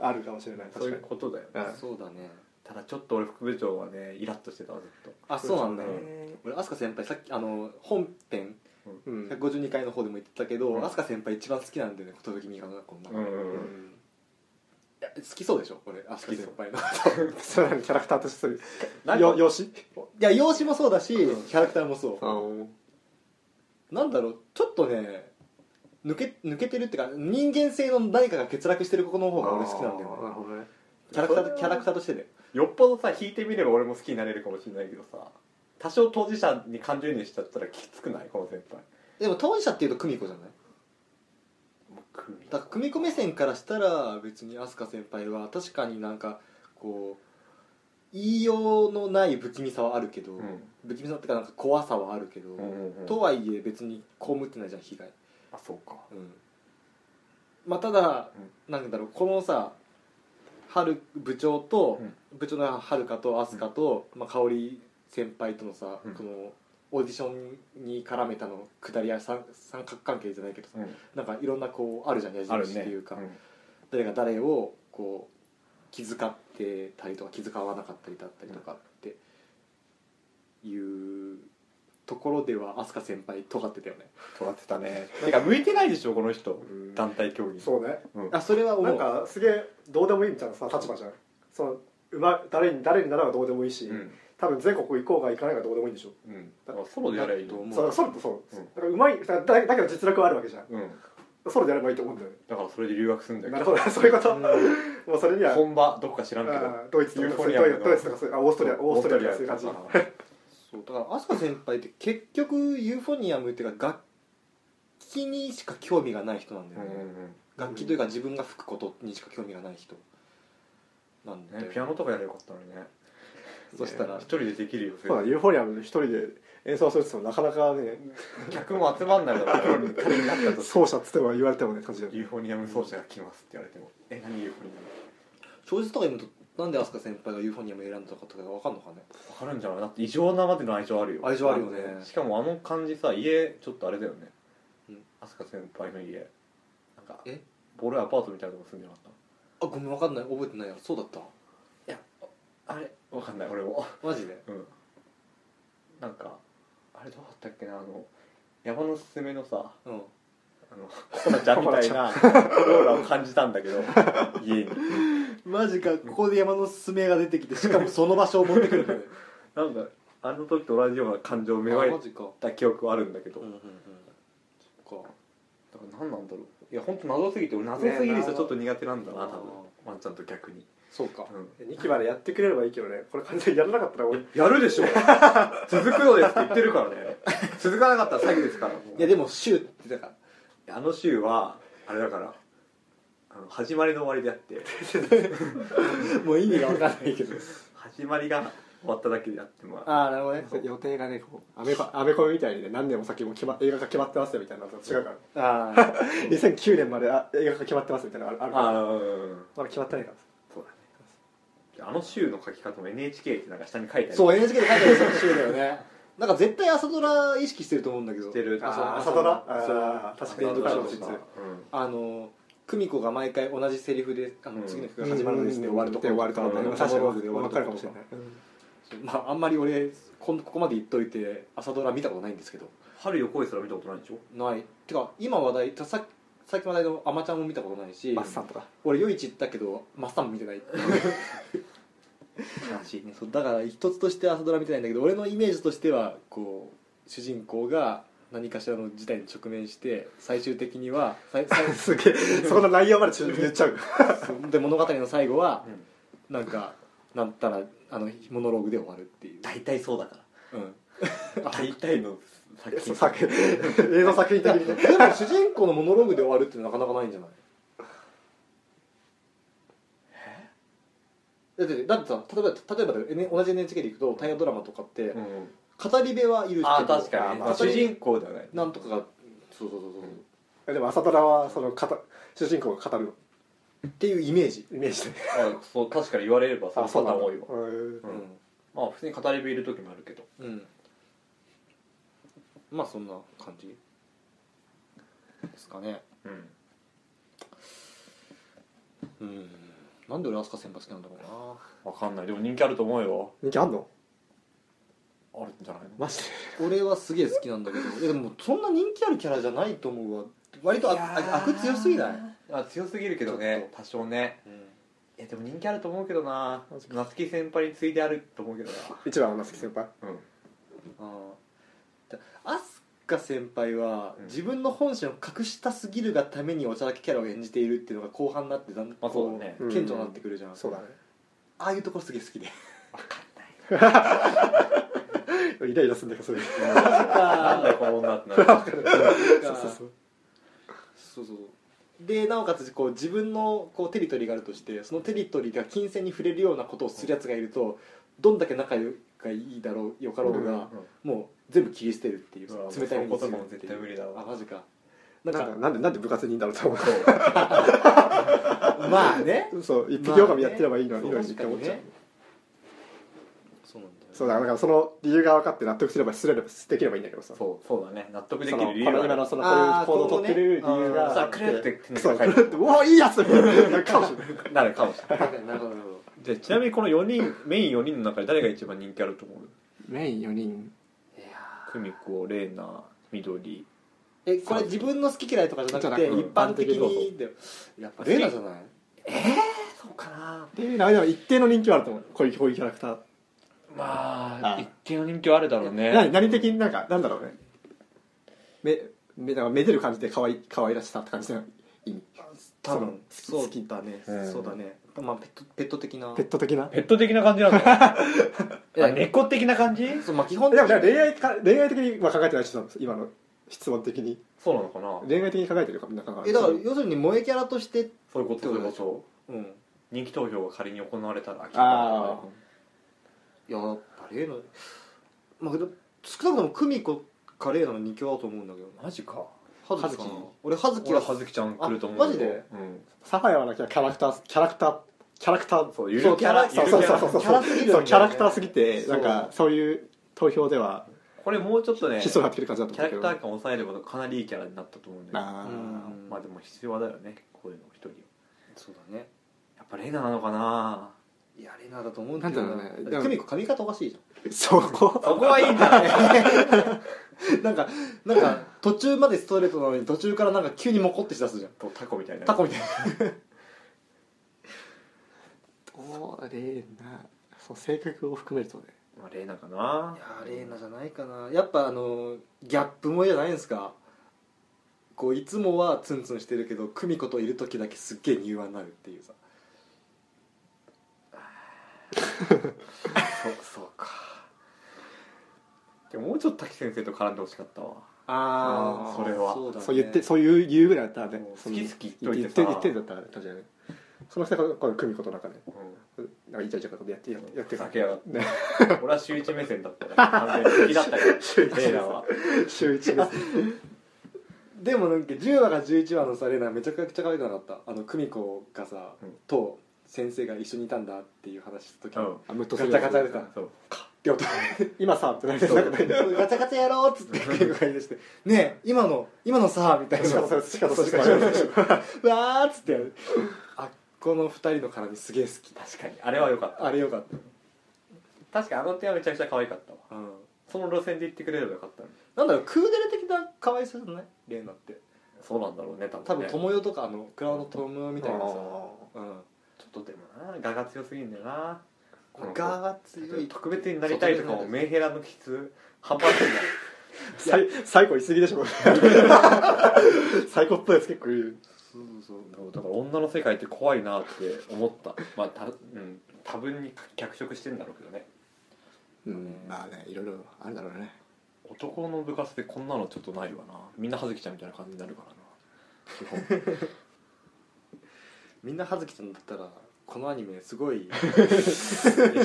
[SPEAKER 3] あるかもしれない
[SPEAKER 2] そう
[SPEAKER 3] 確
[SPEAKER 2] い
[SPEAKER 3] か
[SPEAKER 2] う
[SPEAKER 3] に
[SPEAKER 2] ことだよね、
[SPEAKER 3] うん
[SPEAKER 1] そうだね
[SPEAKER 2] ただちょっと俺副部長はねイラッとしてたわずっと
[SPEAKER 1] あそうなんだよ、
[SPEAKER 2] そう
[SPEAKER 1] 俺飛鳥先輩さっきあの本編
[SPEAKER 3] うん
[SPEAKER 1] 152回の方でも言ってたけど、
[SPEAKER 2] うん
[SPEAKER 1] 飛鳥先輩一番好きなんだよね寿美香のこんな、
[SPEAKER 2] うんう
[SPEAKER 1] い
[SPEAKER 2] ん
[SPEAKER 3] う
[SPEAKER 2] うん
[SPEAKER 3] ん
[SPEAKER 1] や好きそうでしょ俺飛鳥先輩のい
[SPEAKER 3] そうなのキャラクターとしてそう
[SPEAKER 2] なん
[SPEAKER 3] い
[SPEAKER 2] か
[SPEAKER 3] うよ容姿
[SPEAKER 1] や容姿もそうだし、キャラクターもそう、なんだろうちょっとね抜け抜けてるってか人間性の何かが欠落してる子の方が俺好きなんだよ
[SPEAKER 3] なる
[SPEAKER 1] ね
[SPEAKER 3] ほどね
[SPEAKER 1] キャラクター
[SPEAKER 2] それは
[SPEAKER 1] キャラクターとしてで
[SPEAKER 2] よっぽどさ引いてみれば俺も好きになれるかもしれないけどさ多少当事者に感情移入しちゃったらきつくないこの先輩
[SPEAKER 1] でも当事者っていうと久美子じゃないだから久美子目線からしたら別に飛鳥先輩は確かになんかこう言いようのない不気味さはあるけど、
[SPEAKER 2] うん
[SPEAKER 1] 不気味さってかなんか怖さはあるけど、
[SPEAKER 2] うんうんうん
[SPEAKER 1] とはいえ別に被ってないじゃん被害
[SPEAKER 2] あそうか
[SPEAKER 1] うんまあただ、なんだろうこのさ春部長と、
[SPEAKER 2] うん
[SPEAKER 1] 部長のはるかと飛鳥と、まあ、香織先輩とのさ、
[SPEAKER 2] うん
[SPEAKER 1] このオーディションに絡めたの下りや三三角関係じゃないけどさ、
[SPEAKER 2] うん
[SPEAKER 1] なんかいろんなこうあるじゃん矢
[SPEAKER 2] ある
[SPEAKER 1] 印っ
[SPEAKER 2] ね
[SPEAKER 1] ていうか、
[SPEAKER 2] ん
[SPEAKER 1] 誰が誰をこう気遣ってたりとか気遣わなかったりだったりとかっていうところでは飛鳥先輩尖ってたよね
[SPEAKER 2] 尖ってたねてか向いてないでしょこの人団体競技
[SPEAKER 3] そうね
[SPEAKER 2] うん
[SPEAKER 1] あそれは思
[SPEAKER 3] な
[SPEAKER 1] うん
[SPEAKER 3] かすげえどうでもいいみたいなさ立場じゃんそのうま誰に誰にならばどうでもいいし、
[SPEAKER 2] うん
[SPEAKER 3] 多分全国行こうが行かないがどうでもいいんでしょ、
[SPEAKER 2] うんだからソロでやればいいと
[SPEAKER 1] だと
[SPEAKER 2] 思
[SPEAKER 1] 思
[SPEAKER 3] そうそうそう、
[SPEAKER 2] うん
[SPEAKER 3] だからうまいだだだけど実力はあるわけじゃん
[SPEAKER 2] ううん
[SPEAKER 3] ソロでやればいいと思うんだよね
[SPEAKER 2] だからそれで留学するんだ
[SPEAKER 3] なる
[SPEAKER 2] よ
[SPEAKER 3] ほどそういうこと、
[SPEAKER 1] うん
[SPEAKER 3] もうそれには
[SPEAKER 2] 本場どこか知らんけど
[SPEAKER 3] あードイツと
[SPEAKER 2] ユーフ
[SPEAKER 3] か
[SPEAKER 2] ォ
[SPEAKER 3] そう
[SPEAKER 2] ニ
[SPEAKER 3] い
[SPEAKER 2] アム
[SPEAKER 3] う
[SPEAKER 2] の
[SPEAKER 3] ドイツとかそういうあオーストリアオーストリアとかそういう感じ
[SPEAKER 2] オーストリア
[SPEAKER 1] そうだから飛鳥先輩って結局ユーフォニアムっていうか楽器にしか興味がない人なんだよ
[SPEAKER 2] うん
[SPEAKER 1] ね、
[SPEAKER 2] うん
[SPEAKER 1] 楽器というか自分が吹くことにしか興味がない人なん
[SPEAKER 2] うん
[SPEAKER 1] で、
[SPEAKER 2] ねピアノとかやればよかったのにね
[SPEAKER 1] そしたら
[SPEAKER 2] 一人でできるよ
[SPEAKER 3] そうだユーフォリアムで一人で演奏するって言ってもなかなかね
[SPEAKER 2] 客も集まんないだろ プロに仮になったとして
[SPEAKER 3] 奏者っつっても言われてもね感じだよね
[SPEAKER 2] ユーフォニアム奏者が来ますって言われてもえ何ユーフォニアム
[SPEAKER 1] 小説とか読むとなんで飛鳥先輩がユーフォニアム選んだかとか分かんのかね
[SPEAKER 2] わかるんじゃないだって異常なまでの愛情あるよ
[SPEAKER 1] 愛情あるよね
[SPEAKER 2] しかもあの感じさ家ちょっとあれだよね
[SPEAKER 1] うん
[SPEAKER 2] 飛鳥先輩の家なんか
[SPEAKER 1] え
[SPEAKER 2] ボロいアパートみたいなとこ住んでなかっ
[SPEAKER 1] あごめん分かんない覚えてないやそうだった
[SPEAKER 2] たあれわかんない俺も
[SPEAKER 1] マジで
[SPEAKER 2] うんなんかあれどうだったっけなあの山のすすめのさ
[SPEAKER 1] うん
[SPEAKER 2] あのココナちゃんみたいなオーラを感じたんだけど家に
[SPEAKER 1] マジかここで山のすすめが出てきてしかもその場所を持ってくるん だよね
[SPEAKER 2] なんかあの時と同じような感情を芽生
[SPEAKER 1] あ
[SPEAKER 2] え
[SPEAKER 1] マジか
[SPEAKER 2] た記憶はあるんだけど、
[SPEAKER 1] うんうんうんそっか
[SPEAKER 2] だから何なんだろういや本当謎すぎて俺謎すぎる
[SPEAKER 3] ね
[SPEAKER 2] 人
[SPEAKER 3] え
[SPEAKER 2] ちょっと苦手なんだな
[SPEAKER 1] あー
[SPEAKER 2] 多分ワンちゃんと逆に、
[SPEAKER 1] そうか
[SPEAKER 2] う
[SPEAKER 3] 2期までやってくれればいいけどねこれ完全にやらなかったら俺
[SPEAKER 2] ん、やるでし ょ続くのですって言ってるからね続かなかったら詐欺ですからもう
[SPEAKER 1] いやでもシューってだから
[SPEAKER 2] あの週はあれだからあの始まりの終わりであって
[SPEAKER 1] もう意味が分かんないけど
[SPEAKER 2] 始まりが終わっただけであっても
[SPEAKER 1] ああなるほどね
[SPEAKER 3] 予定がねこうアメコアメコミみたいにね何年も先も決、ま、映画が決まってますよみたいなのと違うから
[SPEAKER 1] ああ
[SPEAKER 3] 2009年まであ映画が決まってますみたいなのあるから
[SPEAKER 2] あー
[SPEAKER 3] まだ決まってないから
[SPEAKER 2] そうだねあの週の書き方も NHK ってなんか下に書いてあ る
[SPEAKER 1] そう NHK で書いてあるその週だよねなんか絶対朝ドラ意識してると思うんだけど
[SPEAKER 2] してる
[SPEAKER 1] あそう
[SPEAKER 3] あー
[SPEAKER 1] 朝
[SPEAKER 3] 朝
[SPEAKER 1] ド
[SPEAKER 3] ド
[SPEAKER 1] ラ
[SPEAKER 3] ラ
[SPEAKER 1] あ
[SPEAKER 3] あ
[SPEAKER 1] 確
[SPEAKER 3] ー確
[SPEAKER 1] かに
[SPEAKER 3] かに
[SPEAKER 1] 連続小
[SPEAKER 3] 連続小
[SPEAKER 1] 説
[SPEAKER 3] 説
[SPEAKER 2] う
[SPEAKER 1] あの久美子が毎回同じセリフであの、
[SPEAKER 2] うん
[SPEAKER 1] 次の曲が始まるのですね終わるとこ
[SPEAKER 3] 終わるとこ
[SPEAKER 2] ろ
[SPEAKER 1] うん
[SPEAKER 3] 確かに
[SPEAKER 1] モノローグで終わる
[SPEAKER 3] 分
[SPEAKER 1] と
[SPEAKER 3] か
[SPEAKER 1] こ
[SPEAKER 3] るかもしれない
[SPEAKER 1] まああんまり俺こんここまで言っといて朝ドラ見たことないんですけど
[SPEAKER 2] ん春よ恋すら見たことないでしょ
[SPEAKER 1] ないてか今話題さっきさっき話題の「あまちゃん」も見たことないし
[SPEAKER 3] マッサンとか
[SPEAKER 1] 俺夜市行ったけどマッサンも見てない
[SPEAKER 2] 悲しいね
[SPEAKER 1] そうだから一つとして朝ドラ見てないんだけど俺のイメージとしてはこう主人公が何かしらの事態に直面して最終的には最 最
[SPEAKER 3] すげえそんな内容までちょっと言っちゃう
[SPEAKER 1] そうで物語の最後は
[SPEAKER 2] うん
[SPEAKER 1] なんかなんたらあのモノローグで終わるっていう、
[SPEAKER 2] 大体そうだから
[SPEAKER 1] うん、
[SPEAKER 2] 大体の作
[SPEAKER 3] そ
[SPEAKER 2] 品
[SPEAKER 3] う作品映像作品的にね
[SPEAKER 1] でも主人公のモノローグで終わるってなかなかないんじゃないだってだってさ例えば例えばだよ、ね、同じ NHK でいくと大河ドラマとかって
[SPEAKER 2] うんうん
[SPEAKER 1] 語り部はいるけど
[SPEAKER 2] あー確かに、
[SPEAKER 1] ま
[SPEAKER 2] ま
[SPEAKER 1] 語
[SPEAKER 2] あ、主
[SPEAKER 1] り
[SPEAKER 2] 人公ではない
[SPEAKER 1] なんとかがそうそうそうそう、
[SPEAKER 3] でも朝ドラはその語主人公が語る
[SPEAKER 1] っていうイメージ、
[SPEAKER 3] イメージで
[SPEAKER 2] あそう確かに言われればそうパターン多いわ
[SPEAKER 3] うん
[SPEAKER 1] う
[SPEAKER 2] う
[SPEAKER 1] んん
[SPEAKER 2] まあ普通に語り部いる時もあるけど
[SPEAKER 1] うん、まあそんな感じですかね
[SPEAKER 2] う
[SPEAKER 1] う
[SPEAKER 2] ん
[SPEAKER 1] んなんで俺飛鳥先輩好きなんだろうな
[SPEAKER 2] わかんないでも人気あると思うよ
[SPEAKER 3] 人気あんの
[SPEAKER 2] あるんじゃないの
[SPEAKER 3] マジで
[SPEAKER 1] 俺はすげえ好きなんだけどいやでもそんな人気あるキャラじゃないと思うわ割とああ悪強すぎない、
[SPEAKER 2] あ強すぎるけど
[SPEAKER 1] ちょ
[SPEAKER 2] ね
[SPEAKER 1] っ
[SPEAKER 2] 多少ねいやでも人気あると思うけどな夏希先輩に次いであると思うけど
[SPEAKER 3] 一番の夏木先輩
[SPEAKER 2] なうん
[SPEAKER 1] ああアスカ先輩は
[SPEAKER 2] うん
[SPEAKER 1] 自分の本心を隠したすぎるがためにおちゃらけキャラを演じているっていうのが後半になってだんだん
[SPEAKER 2] まあそうだ
[SPEAKER 1] こ
[SPEAKER 2] ね
[SPEAKER 1] う顕著になってくるじゃん、
[SPEAKER 3] そうだ
[SPEAKER 1] ああいうところすげえ好 きで
[SPEAKER 3] ねイライラするんだけどそれ
[SPEAKER 2] なんだよこの女ってなる
[SPEAKER 3] そうそうそう
[SPEAKER 1] そうそうでなおかつこう自分のこうテリトリーがあるとしてそのテリトリーが金銭に触れるようなことをするやつがいるとどんだけ仲がいいだろうよかろうが、
[SPEAKER 2] うん
[SPEAKER 1] もう全部切り捨てるっていう
[SPEAKER 2] うん
[SPEAKER 1] 冷たい目にする
[SPEAKER 2] その言葉も絶対無理だわ
[SPEAKER 1] あマジかなん
[SPEAKER 3] なん
[SPEAKER 1] か
[SPEAKER 3] かなんでなんで部活にいいんだろうと思
[SPEAKER 1] まあね
[SPEAKER 3] うそう一匹狼やってればいいのに,、
[SPEAKER 1] まあね
[SPEAKER 3] いいのにって思っちゃう
[SPEAKER 1] 確かにねそうなんだよ
[SPEAKER 3] そうだからなんかその理由が分かって納得すればすればできればいいんだけどさ
[SPEAKER 2] そうそうだね納得で
[SPEAKER 3] そ
[SPEAKER 2] き
[SPEAKER 3] の
[SPEAKER 2] る
[SPEAKER 3] こ
[SPEAKER 2] 理由
[SPEAKER 3] の今
[SPEAKER 2] は
[SPEAKER 3] のそのこうい
[SPEAKER 1] あ
[SPEAKER 3] う
[SPEAKER 1] ー
[SPEAKER 3] 行動を取ってる理由
[SPEAKER 1] 今の
[SPEAKER 3] が
[SPEAKER 2] さあくれって手に
[SPEAKER 3] そう
[SPEAKER 2] 書い
[SPEAKER 3] くるってて「うわいいやつ!」みたいなかもしれない
[SPEAKER 2] なるかもしれない
[SPEAKER 1] なるほどなるほど
[SPEAKER 2] じゃあちなみにこの4人メイン4人の中で誰が一番人気あると思う
[SPEAKER 3] メイン4人
[SPEAKER 1] いや
[SPEAKER 2] 久美子玲奈緑
[SPEAKER 1] ーえこれ自分の好き嫌いとかじゃなくて
[SPEAKER 3] じゃな
[SPEAKER 1] 一
[SPEAKER 3] く
[SPEAKER 1] 般的にだよやっぱレイナじゃない
[SPEAKER 2] そうかな
[SPEAKER 3] っていうのはでも一定の人気はあると思うこういうこういうキャラクター
[SPEAKER 2] ま
[SPEAKER 3] あ
[SPEAKER 2] あ一定の人気はあるだろうね
[SPEAKER 3] 何何的になんかなんだろうねめめだからめでる感じで可愛い可愛らしさって感じの意味
[SPEAKER 1] 多分
[SPEAKER 3] そう
[SPEAKER 1] そうだね
[SPEAKER 2] うん
[SPEAKER 1] そうだねまあペットペット的な
[SPEAKER 3] ペット的な
[SPEAKER 2] ペット的な感じなのあ猫的な感じ
[SPEAKER 1] そうまあ基本
[SPEAKER 3] で
[SPEAKER 1] 的
[SPEAKER 3] も
[SPEAKER 1] に
[SPEAKER 3] じゃあ恋愛か恋愛的には考えてない人なんです今の質問的に
[SPEAKER 2] そうなのかな
[SPEAKER 3] 恋愛的に考えてるかみんな考え
[SPEAKER 1] えだから要するに萌えキャラとして
[SPEAKER 2] そういうこと
[SPEAKER 1] って
[SPEAKER 2] そう
[SPEAKER 1] こと
[SPEAKER 2] いう
[SPEAKER 1] で
[SPEAKER 2] こ
[SPEAKER 1] し
[SPEAKER 2] と
[SPEAKER 1] うん
[SPEAKER 2] 人気投票が仮に行われたら
[SPEAKER 3] あー
[SPEAKER 1] やっぱレイナまあでも少なくとも久美子かレイナの二強だと思うんだけどな
[SPEAKER 2] マジか
[SPEAKER 1] 葉月かな
[SPEAKER 3] 葉月
[SPEAKER 1] 俺葉月
[SPEAKER 2] 俺
[SPEAKER 1] は
[SPEAKER 2] はずきちゃん来ると思う
[SPEAKER 1] あマジで
[SPEAKER 2] うん
[SPEAKER 3] サファイはなんかキャラクターキャラクターキャラクター
[SPEAKER 2] そうゆ
[SPEAKER 1] そ
[SPEAKER 2] る
[SPEAKER 1] う
[SPEAKER 2] キャラ
[SPEAKER 1] キャラ
[SPEAKER 3] そう
[SPEAKER 2] ゆ
[SPEAKER 3] そ
[SPEAKER 2] るキャラ
[SPEAKER 3] うそうそうそう
[SPEAKER 1] キャラすぎるんだよね
[SPEAKER 3] そうキャラクターすぎて
[SPEAKER 1] そう
[SPEAKER 3] なんかそういう投票では
[SPEAKER 2] これもうちょっとね
[SPEAKER 3] 質
[SPEAKER 2] キ
[SPEAKER 3] 素
[SPEAKER 2] ャ
[SPEAKER 3] になってくる感じだと思
[SPEAKER 2] ラ
[SPEAKER 3] うけ
[SPEAKER 2] ク
[SPEAKER 3] ど
[SPEAKER 2] ター感抑えればかなりいいキャラになったと思うんだよ
[SPEAKER 3] あ
[SPEAKER 1] うん
[SPEAKER 2] まあでも必要だよねこういうの一人は
[SPEAKER 1] そうだね
[SPEAKER 2] やっぱレナなのかない
[SPEAKER 1] やレイナだと思うんだけど
[SPEAKER 3] なんだろうねでも
[SPEAKER 1] 久美子髪型おかしい じゃん
[SPEAKER 3] ーそこ
[SPEAKER 2] そこはいい んだね
[SPEAKER 1] なんかなんか途中までストレートなのに途中からなんか急にモコってしだすじゃん
[SPEAKER 2] とタコみたいな
[SPEAKER 1] タコみたいな
[SPEAKER 3] どれなそう性格を含めるとね
[SPEAKER 2] まあレナかない
[SPEAKER 1] やーレイナじゃないかなやっぱあのーギャップ萌えじゃないですかこういつもはツンツンしてるけど久美子といる時だけすっげえ柔和になるっていうさ
[SPEAKER 2] そうそうかでももうちょっと滝先生と絡んでほしかったわ
[SPEAKER 1] あ
[SPEAKER 3] ー
[SPEAKER 2] それは
[SPEAKER 1] そうだ、ね、
[SPEAKER 3] そう言ってそういう言うぐらいだったらね
[SPEAKER 2] うん
[SPEAKER 3] その
[SPEAKER 2] 好き好き言っ
[SPEAKER 3] 言
[SPEAKER 2] と
[SPEAKER 3] っ
[SPEAKER 2] いてさ
[SPEAKER 3] て言って言ってだったらね確かにねその人がこの久美子となんかね
[SPEAKER 2] う
[SPEAKER 3] なんかイチャイチャことやってやってやって
[SPEAKER 2] ふざ
[SPEAKER 3] さ
[SPEAKER 2] けやがって
[SPEAKER 3] ね
[SPEAKER 2] ん俺は週一目線だったから完全に好きだ ったけどレイナは
[SPEAKER 3] 週 一です
[SPEAKER 1] でもなんか10話が11話のさレイナめちゃくちゃ可愛くなかったあの久美子がさ、
[SPEAKER 2] うん
[SPEAKER 1] と先生が一緒にいたんだっていう話した時、
[SPEAKER 2] う
[SPEAKER 1] うん
[SPEAKER 3] あムッと
[SPEAKER 1] ガ
[SPEAKER 3] す
[SPEAKER 1] チ
[SPEAKER 3] る
[SPEAKER 1] ャガチャでさ
[SPEAKER 2] そう
[SPEAKER 1] って音
[SPEAKER 3] 今 さってなるとなんかね
[SPEAKER 1] ガチャガチャやろうっつって結構言い出して「ねえ今の今のさ」みたいな
[SPEAKER 3] 仕方され仕方され
[SPEAKER 1] そう仕方されわーっつってやるあっこの二人の絡みすげえ好き
[SPEAKER 2] 確かにあれは良かっ
[SPEAKER 1] あれよかった
[SPEAKER 2] 確かにあの点はめちゃくちゃ可愛かったわ
[SPEAKER 1] た、うん、
[SPEAKER 2] その路線で行ってくれればよかったのに
[SPEAKER 1] なんだろうクーデレ的な可愛さじゃないレイナって
[SPEAKER 2] そうなんだろうね多
[SPEAKER 1] 多
[SPEAKER 2] 分
[SPEAKER 1] 分
[SPEAKER 2] ね
[SPEAKER 1] 友よとかあのクラウド友よみたいなさ、うん、
[SPEAKER 2] ちょっとでもな我が強すぎんだよなこの子
[SPEAKER 1] ガーが強い
[SPEAKER 2] 特別になりたいとかも
[SPEAKER 1] そう特別になりたい
[SPEAKER 2] メンヘラの気質半端ないんだよ
[SPEAKER 3] さい最後言い過ぎでしょ最高っぽいやつ結構いる
[SPEAKER 1] そうそうそう
[SPEAKER 2] だから女の世界って怖いなって思ったまあた、うん、多分に脚色してんだろうけどね
[SPEAKER 1] うん
[SPEAKER 3] まあねいろいろあるだろうね
[SPEAKER 2] 男の部活でこんなのちょっとないわなみんな葉月ちゃんみたいな感じになるからな基本
[SPEAKER 1] みんな葉月ちゃんだったらこのアニメすごい
[SPEAKER 2] いや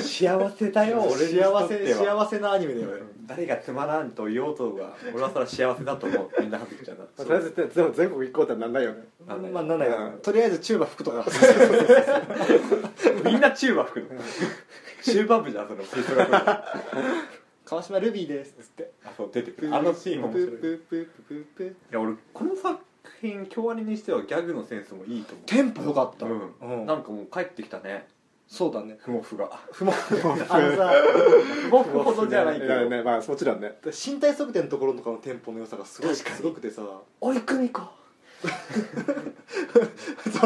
[SPEAKER 2] 幸せだ よ俺にと
[SPEAKER 1] 幸
[SPEAKER 2] って
[SPEAKER 1] せ
[SPEAKER 2] は
[SPEAKER 1] 幸せなアニメだよね
[SPEAKER 2] 誰がつまらんと言おうとが俺はそれは幸せだと 思うみんな葉月ちゃんだ
[SPEAKER 3] とりあえずでも全国行こうってなんないよね
[SPEAKER 1] まあ
[SPEAKER 2] なんだよ
[SPEAKER 1] なんないよ
[SPEAKER 3] うん
[SPEAKER 1] とりあえずチューバ服と か
[SPEAKER 2] みんなチューバ吹くの チューバ部じゃんその吹奏 楽部あ
[SPEAKER 1] 川島ルビーですっつって
[SPEAKER 2] そう出てくるあのシーンも面白いい
[SPEAKER 1] プープープープープー
[SPEAKER 2] や俺この作品京アニにしてはギャグのセンスもいいと思う
[SPEAKER 1] テンポ良かった
[SPEAKER 2] うん、なんかもう帰ってきたね
[SPEAKER 1] そうだね
[SPEAKER 2] 不毛不が
[SPEAKER 1] ふも あのさ
[SPEAKER 2] 不毛不ほどじゃないけ
[SPEAKER 3] いや
[SPEAKER 2] ど
[SPEAKER 3] ねまあもちろんね
[SPEAKER 1] 身体測定のところとかのテンポの良さがすごい
[SPEAKER 2] 確かに
[SPEAKER 1] すごくてさ
[SPEAKER 2] おい久美子
[SPEAKER 1] そ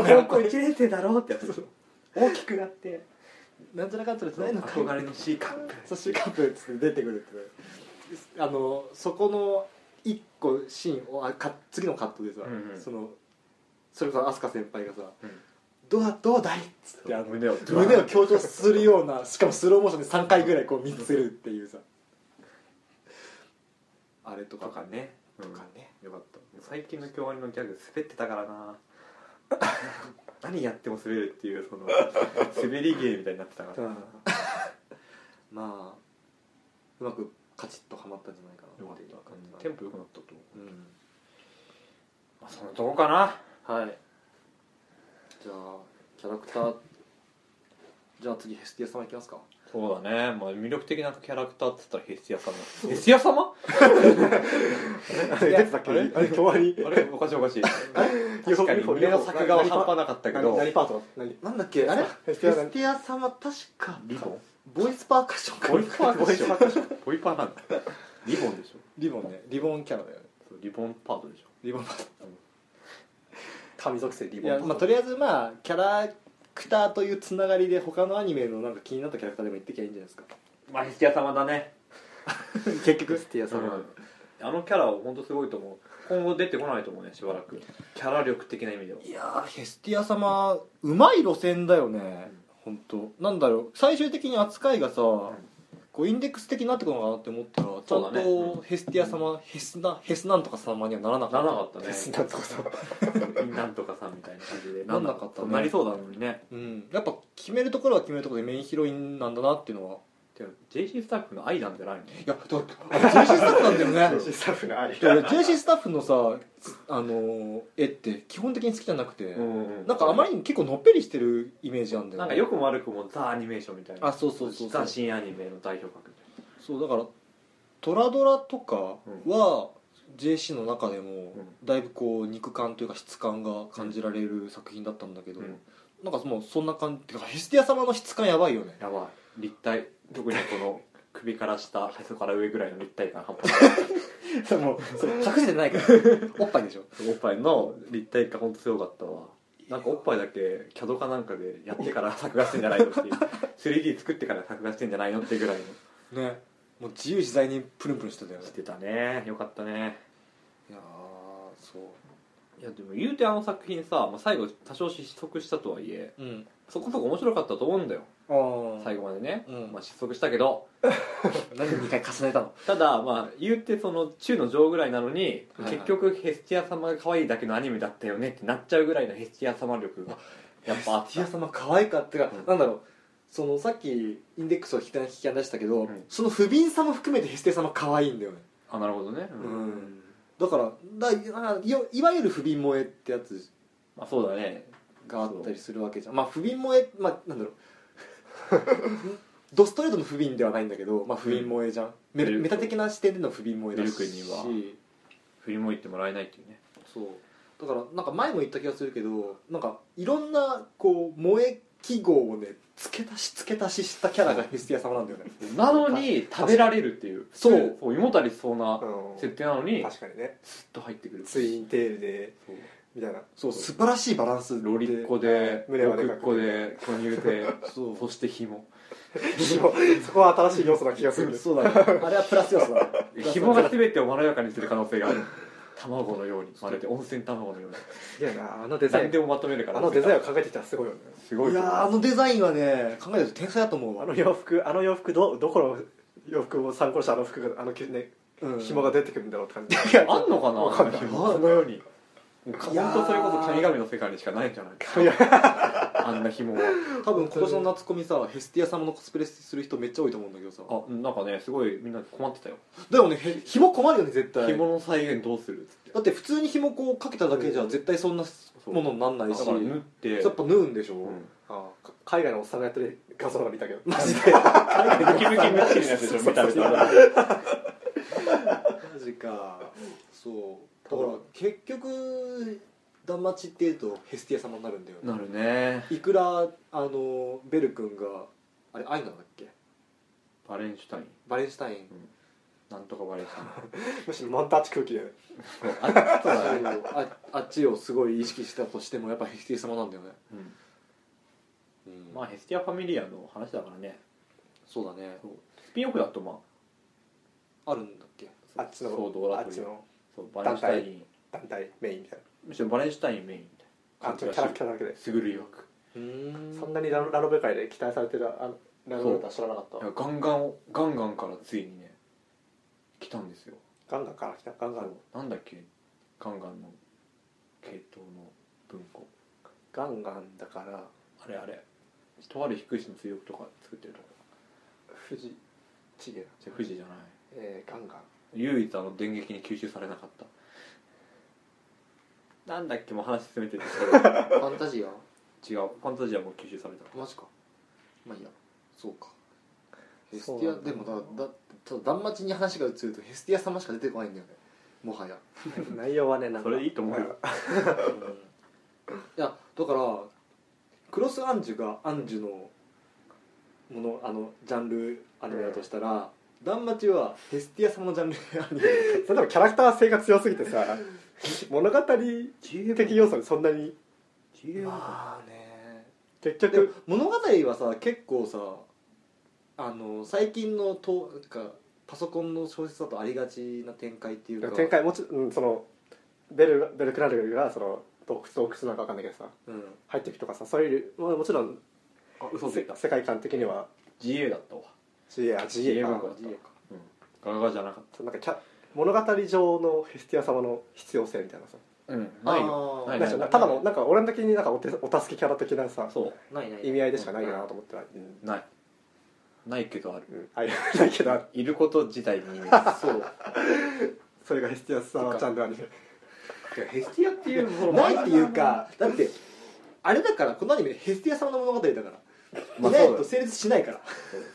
[SPEAKER 1] の
[SPEAKER 2] 1年生だろってやつ大きくなって
[SPEAKER 1] なんちゃらかんちゃらじゃないのか
[SPEAKER 2] 憧れの C カップ
[SPEAKER 1] そうシーカップっつって出てくるってあのそこの一個シーンをあか次のカットでさ、
[SPEAKER 2] うんうん
[SPEAKER 1] そのそれこそ飛鳥先輩がさ
[SPEAKER 2] うん
[SPEAKER 1] 「どうだどうだい?」っつってあの
[SPEAKER 2] 胸を
[SPEAKER 1] 胸を強調するようなしかもスローモーションで3回ぐらいこう見せるっていうさあれとか
[SPEAKER 2] とかね
[SPEAKER 1] とかね
[SPEAKER 2] よかった最近の京アニのギャグ滑ってたから な何やっても滑るっていうその滑り芸みたいになってたからよ
[SPEAKER 1] まあうまくカチッとはまったんじゃないかな
[SPEAKER 2] か
[SPEAKER 1] っ
[SPEAKER 2] って
[SPEAKER 1] いう
[SPEAKER 2] た
[SPEAKER 1] 感じだ
[SPEAKER 2] テンポ良くなったと思
[SPEAKER 1] うん
[SPEAKER 2] まあ、そのとこかな
[SPEAKER 1] はいじゃあキャラクターじゃあ次ヘスティア様いきますか
[SPEAKER 2] そうだね、まあ、魅力的なキャラクターっつったらヘスティア様ヘスティア様
[SPEAKER 1] あれ出てたっけ
[SPEAKER 2] あれ
[SPEAKER 1] あれ終わり
[SPEAKER 2] あれおかしいおかしい確かに胸の作画は半端なかったけど
[SPEAKER 3] 何何パート何
[SPEAKER 1] なんだっけあれヘ
[SPEAKER 3] ヘ
[SPEAKER 1] ス
[SPEAKER 3] ス
[SPEAKER 1] テ
[SPEAKER 3] ティア
[SPEAKER 1] ィア様確か
[SPEAKER 2] リボン
[SPEAKER 1] ボイスパーカッションか
[SPEAKER 2] ボイパーでし
[SPEAKER 1] ボイ
[SPEAKER 2] ょ
[SPEAKER 1] スパーカッション
[SPEAKER 2] ボイパーなんだリボンでしょ
[SPEAKER 1] リボンねリボンキャラだよね
[SPEAKER 2] そうリボンパートでしょ
[SPEAKER 1] リボンパート
[SPEAKER 2] 神属性リ
[SPEAKER 1] いや、まあ、とりあえずまあキャラクターというつながりで他のアニメのなんか気になったキャラクターでも言ってきゃいいんじゃないですか
[SPEAKER 2] まあヘスティア様だね
[SPEAKER 1] 結局
[SPEAKER 3] スティア
[SPEAKER 2] あのキャラは本当すごいと思う今後出てこないと思うねしばらくキャラ力的な意味ではい
[SPEAKER 1] やーヘスティア様うまい路線だよね本当なんだろう最終的に扱いがさ、こうインデックス的になってくのかなって思ったらちゃ
[SPEAKER 2] そうんだね
[SPEAKER 1] とヘスティア様、ヘスなヘスなんとか様にはならなか
[SPEAKER 2] な
[SPEAKER 1] っ
[SPEAKER 2] ら
[SPEAKER 1] た
[SPEAKER 2] なかったね
[SPEAKER 3] なんとかさ
[SPEAKER 2] なんとかさんみたいな感じで
[SPEAKER 1] なんなかったね
[SPEAKER 2] なりそうだのにね
[SPEAKER 1] うん、やっぱ決めるところは決めるところでメインヒロインなんだなっていうのは
[SPEAKER 2] てか JC スタッフの愛なんじゃないの
[SPEAKER 1] いやだってあれ JC スタッフなんだよね
[SPEAKER 3] スタッフのあり
[SPEAKER 1] いや JC スタッフのさあのー絵って基本的に好きじゃなくて、なんかあまりに結構のっぺりしてるイメージなんだよね
[SPEAKER 2] なんか良くも悪くもザ・アニメーションみたいな
[SPEAKER 1] あそうそうそうそう
[SPEAKER 2] ザ・新アニメの代表格みた
[SPEAKER 1] そうだからトラドラとかは、JC の中でも
[SPEAKER 2] う
[SPEAKER 1] だいぶこう肉感というか質感が感じられる作品だったんだけど、
[SPEAKER 2] いな、うん
[SPEAKER 1] なんかもうそんな感じてかヘスティア様の質感やばいよね
[SPEAKER 2] やばい立体特にこの首から下へそから上ぐらいの立体感半端な い
[SPEAKER 1] それもうそれ隠せてないから おっぱいでしょ
[SPEAKER 2] おっぱいの立体感ほんと強かったわなんかおっぱいだけ CAD かなんかでやってから作画してんじゃないのっ ていう 3D 作ってから作画してんじゃないのってぐらいの
[SPEAKER 1] ねもう自由自在にプルンプルンしてたよね
[SPEAKER 2] してたねよかったね
[SPEAKER 1] いやーそう
[SPEAKER 2] いやでも言うてあの作品さ、まあ、最後多少失速したとはいえ
[SPEAKER 1] うん
[SPEAKER 2] そこそこ面白かったと思うんだよ
[SPEAKER 1] あ
[SPEAKER 2] 最後までね、
[SPEAKER 1] うん
[SPEAKER 2] まあ、失速したけど
[SPEAKER 1] なんで2回重ねたの
[SPEAKER 2] ただまあ言うてその中の上ぐらいなのに、
[SPEAKER 1] はいはい
[SPEAKER 2] 結局ヘスティア様が可愛いだけのアニメだったよねってなっちゃうぐらいのヘスティア様力がやっぱあっ
[SPEAKER 1] テ
[SPEAKER 2] た
[SPEAKER 1] ィア様可愛かったが、
[SPEAKER 2] うん
[SPEAKER 1] なんだろうそのさっきインデックスを引き引き出したけど、
[SPEAKER 2] うん
[SPEAKER 1] その不憫さも含めてヘステ様可愛いんだよね
[SPEAKER 2] あなるほどね、うん
[SPEAKER 1] うんだからだあいわいわゆる不憫萌えってやつ
[SPEAKER 2] まあ、そうだね
[SPEAKER 1] があったりするわけじゃんまあ不憫萌えまあなんだろう ドストレートの不憫ではないんだけど、まあ、不憫萌えじゃん、メルメタ的な視点での不憫萌えだし
[SPEAKER 2] メルクには振り向いてもらえないっていうね
[SPEAKER 1] そうだからなんか前も言った気がするけどなんかいろんなこう萌え記号をね付け足し付け足ししたキャラがヘスティア様なんだよね
[SPEAKER 2] なのに食べられるっていう
[SPEAKER 1] そう
[SPEAKER 2] そう胃もたりしそうな
[SPEAKER 3] うん
[SPEAKER 2] 設定なのに
[SPEAKER 3] 確かにね
[SPEAKER 2] スッと入ってくる
[SPEAKER 3] ツインテールで
[SPEAKER 2] そう
[SPEAKER 3] みたいな
[SPEAKER 1] そう素晴らしいバランスで
[SPEAKER 2] ロリッコで
[SPEAKER 3] 胸はで
[SPEAKER 2] ク
[SPEAKER 3] か
[SPEAKER 2] っ
[SPEAKER 3] くて
[SPEAKER 2] コで巨乳 で
[SPEAKER 1] そう
[SPEAKER 2] そして紐
[SPEAKER 3] そこは新しい要素な気がするんです
[SPEAKER 1] そうだ ねあれはプラス要素だね
[SPEAKER 2] 紐が全てをまろやかにする可能性がある卵のよう にまるで温泉卵のように
[SPEAKER 3] げえなあのデザイ
[SPEAKER 2] 何
[SPEAKER 3] ン
[SPEAKER 2] でもまとめるから
[SPEAKER 3] あのデザインを考えてきたらすごいよね
[SPEAKER 2] すごい
[SPEAKER 1] い
[SPEAKER 2] と
[SPEAKER 1] や
[SPEAKER 2] 思う
[SPEAKER 1] ーあのデザインはね考えると天才だと思う
[SPEAKER 3] あ
[SPEAKER 1] わ
[SPEAKER 3] の洋服あの洋服どどこの洋服を参考にしたあの服があのきね
[SPEAKER 1] うん
[SPEAKER 3] 紐が出てくるんだろうって感じ
[SPEAKER 1] いや
[SPEAKER 2] あんのかな
[SPEAKER 3] わかんない
[SPEAKER 2] 紐このように
[SPEAKER 1] いやー
[SPEAKER 2] 本当それこそ神々の世界にしかないんじゃないあんな紐は
[SPEAKER 1] 多分今年の夏コミさヘスティア様のコスプレする人めっちゃ多いと思うんだけどさ
[SPEAKER 2] あなんかねすごいみんな困ってたよ
[SPEAKER 1] だよねへ紐困るよね絶対
[SPEAKER 2] 紐の再現どうするっつって
[SPEAKER 1] だって普通に紐こうかけただけじゃ絶対そんなものになんないし
[SPEAKER 2] だから縫って
[SPEAKER 1] やっぱ縫うんでしょ、
[SPEAKER 2] うん
[SPEAKER 3] ああか海外のおっさんがやってる画像が見たけど
[SPEAKER 1] マジで
[SPEAKER 2] ムキムキムッキリなやつでしょ見た目から
[SPEAKER 1] マジかそうだから結局ダマチっていうとヘスティア様になるんだよね
[SPEAKER 2] なるね
[SPEAKER 1] いくらあのベル君があれ愛なんだっけ
[SPEAKER 2] バレンシュタイン
[SPEAKER 1] バレンシュタイン
[SPEAKER 2] なんとかバレンシュタイン
[SPEAKER 3] むしろマンタッチ空気で
[SPEAKER 2] あそうだね
[SPEAKER 1] あ あっちをすごい意識したとしてもやっぱヘスティア様なんだよね、
[SPEAKER 2] まあヘスティアファミリアの話だからね
[SPEAKER 1] そうだね
[SPEAKER 2] スピンオフだとまあ
[SPEAKER 1] あるんだっけ
[SPEAKER 3] あっちの
[SPEAKER 2] そうドラ
[SPEAKER 3] あ
[SPEAKER 2] ク
[SPEAKER 3] っ
[SPEAKER 2] エ
[SPEAKER 3] ちの
[SPEAKER 2] そうバレンシュタイン
[SPEAKER 3] 団体メインみたい
[SPEAKER 2] むしろバレンシュタインメインみたい
[SPEAKER 3] なあ
[SPEAKER 2] な
[SPEAKER 3] っちのキャラクターだけです
[SPEAKER 2] ぐる曰く
[SPEAKER 1] うん
[SPEAKER 3] そんなにララノベ界で期待されてるあのラノベとは知らなかった
[SPEAKER 2] いや
[SPEAKER 3] わ
[SPEAKER 2] ガンガンガンガンからついにね来たんですよ
[SPEAKER 3] ガンガンから来たガンガン
[SPEAKER 2] なんだっけガンガンの系統の文庫
[SPEAKER 3] ガンガンだから
[SPEAKER 2] あれあれとある低い人の水力とか作ってるとこ
[SPEAKER 3] 富士チゲだ
[SPEAKER 2] じゃあ富士じゃない
[SPEAKER 3] えーガンガン
[SPEAKER 2] 唯一あの電撃に吸収されなかったなんだっけもう話進め てる違
[SPEAKER 1] ファンタジア
[SPEAKER 2] うファンタジアも吸収された
[SPEAKER 1] マジかまあいいやそうかヘス
[SPEAKER 3] そう
[SPEAKER 1] ティア
[SPEAKER 3] なんだ
[SPEAKER 1] でもだだただ断末に話が移るとヘスティア様しか出てこないんだよねもはや
[SPEAKER 3] 内容はねなん か
[SPEAKER 2] それいいと思うよ
[SPEAKER 1] いやだからクロスアンジュがアンジュのものあのジャンルアニメだとしたら、ダンマチはヘスティア様のジャンルアニメ
[SPEAKER 3] それでもキャラクター性が強すぎてさ物語的要素にそんなに
[SPEAKER 1] まあね
[SPEAKER 3] 結
[SPEAKER 1] でも
[SPEAKER 3] 局
[SPEAKER 1] 物語はさ結構さあの最近のとなんかパソコンの小説だとありがちな展開っていうか
[SPEAKER 3] 展開もち、うん、そのベルベルクラルがその洞窟洞窟なんかわかんないけどさ
[SPEAKER 1] うん、
[SPEAKER 3] 入っていくとかさそういう、まあ、もちろん
[SPEAKER 2] あ嘘つい
[SPEAKER 3] せ
[SPEAKER 2] た
[SPEAKER 3] 世界観的には
[SPEAKER 2] GA だったわ
[SPEAKER 3] GA あ GA
[SPEAKER 2] な
[SPEAKER 3] か
[SPEAKER 2] んか
[SPEAKER 1] GA か
[SPEAKER 2] ガガガじゃなかっ
[SPEAKER 3] そうなんかキャ物語上のヘスティア様の必要性みたいなさ
[SPEAKER 2] たうんないよ
[SPEAKER 1] よ
[SPEAKER 2] な
[SPEAKER 3] ないん
[SPEAKER 2] ね
[SPEAKER 3] かちょっとただのなんか俺の時になんかお手お助けキャラ的なさ
[SPEAKER 2] そ
[SPEAKER 1] ないない
[SPEAKER 3] 意味合いでしかないよなと思ってない、うん
[SPEAKER 2] うないないけどある
[SPEAKER 3] あいやだけど
[SPEAKER 2] いること自体 に
[SPEAKER 1] そう
[SPEAKER 3] それがヘスティア様ちゃんでアニメ
[SPEAKER 1] ヘスティアっていうものないっていうかだってあれだからこのアニメヘスティア様の物語だから、
[SPEAKER 2] ま
[SPEAKER 1] い
[SPEAKER 2] あ
[SPEAKER 1] ない
[SPEAKER 2] そう
[SPEAKER 1] と
[SPEAKER 2] だ
[SPEAKER 1] 成立しないから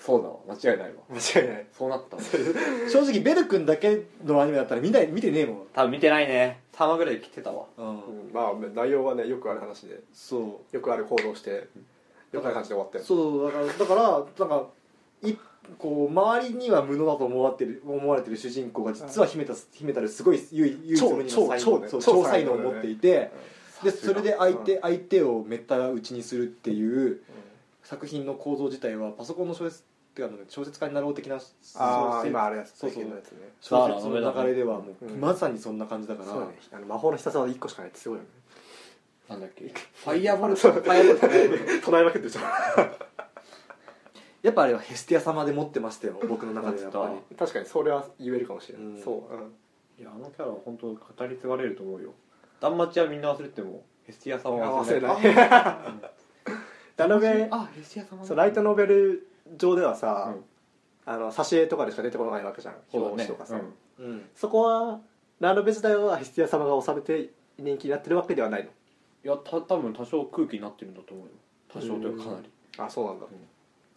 [SPEAKER 2] そうだわ間違いないわ
[SPEAKER 3] 間違いない
[SPEAKER 2] そうなったわ
[SPEAKER 1] 正直ベル君だけのアニメだったら見ない見てねえもん、
[SPEAKER 2] 多分見てないね3話ぐらいで来てたわ
[SPEAKER 1] うん
[SPEAKER 3] うんまあ内容はねよくある話で
[SPEAKER 1] そ
[SPEAKER 3] よくある行動してよくある感じで終わって
[SPEAKER 1] うそうだからだからなんかいこう周りには無能だと思われてる思われてる主人公が実は秘めた秘めたるすごい唯唯一無二の
[SPEAKER 3] 超
[SPEAKER 1] 才能
[SPEAKER 3] 超ね
[SPEAKER 1] そう
[SPEAKER 3] 超
[SPEAKER 1] 超才能を
[SPEAKER 3] 才能だよ
[SPEAKER 1] 持
[SPEAKER 3] ね
[SPEAKER 1] っていて、でそれで相手,、
[SPEAKER 3] う
[SPEAKER 1] 相手をめった打ちにするっていう作品の構造自体はパソコンの小説っていうかあの小説家になろう的な
[SPEAKER 3] あ
[SPEAKER 1] 小
[SPEAKER 3] あ
[SPEAKER 1] 説
[SPEAKER 3] 今あれやつ
[SPEAKER 1] そうそう
[SPEAKER 3] 最近のやつね
[SPEAKER 1] 小説の流れではもう、
[SPEAKER 3] うん
[SPEAKER 1] まさにそんな感じだから
[SPEAKER 3] そうだねあの魔法の必殺技一個しかないってすごいよね
[SPEAKER 2] なんだっけファイヤーボルトファイヤーボルト
[SPEAKER 3] 唱えまくってるじゃん
[SPEAKER 1] やっぱあれはヘスティア様で持ってましたよ僕の中でやっぱり
[SPEAKER 3] 確かにそれは言えるかもしれな
[SPEAKER 1] う
[SPEAKER 3] い、
[SPEAKER 1] ん
[SPEAKER 3] そう、うん、
[SPEAKER 2] いやあのキャラは本当語り継がれると思うよ断末はみんな忘れてもヘスティアさんは
[SPEAKER 3] 忘
[SPEAKER 2] 忘
[SPEAKER 3] れ
[SPEAKER 2] れない
[SPEAKER 3] ない ラノベ
[SPEAKER 2] あヘスティア様
[SPEAKER 3] そうライトノベル上では
[SPEAKER 2] う
[SPEAKER 3] さ、
[SPEAKER 2] ん
[SPEAKER 3] あの挿絵とかでしか出てこないわけじゃん
[SPEAKER 2] そうだね
[SPEAKER 3] 表紙とかさ、
[SPEAKER 2] うん
[SPEAKER 1] うん
[SPEAKER 3] そこはラノベ時代はヒスティア様が押されて人気になってるわけではないの
[SPEAKER 2] いやた多分多少空気になってるんだと思うよ多少というかかなり
[SPEAKER 3] あそうなんだ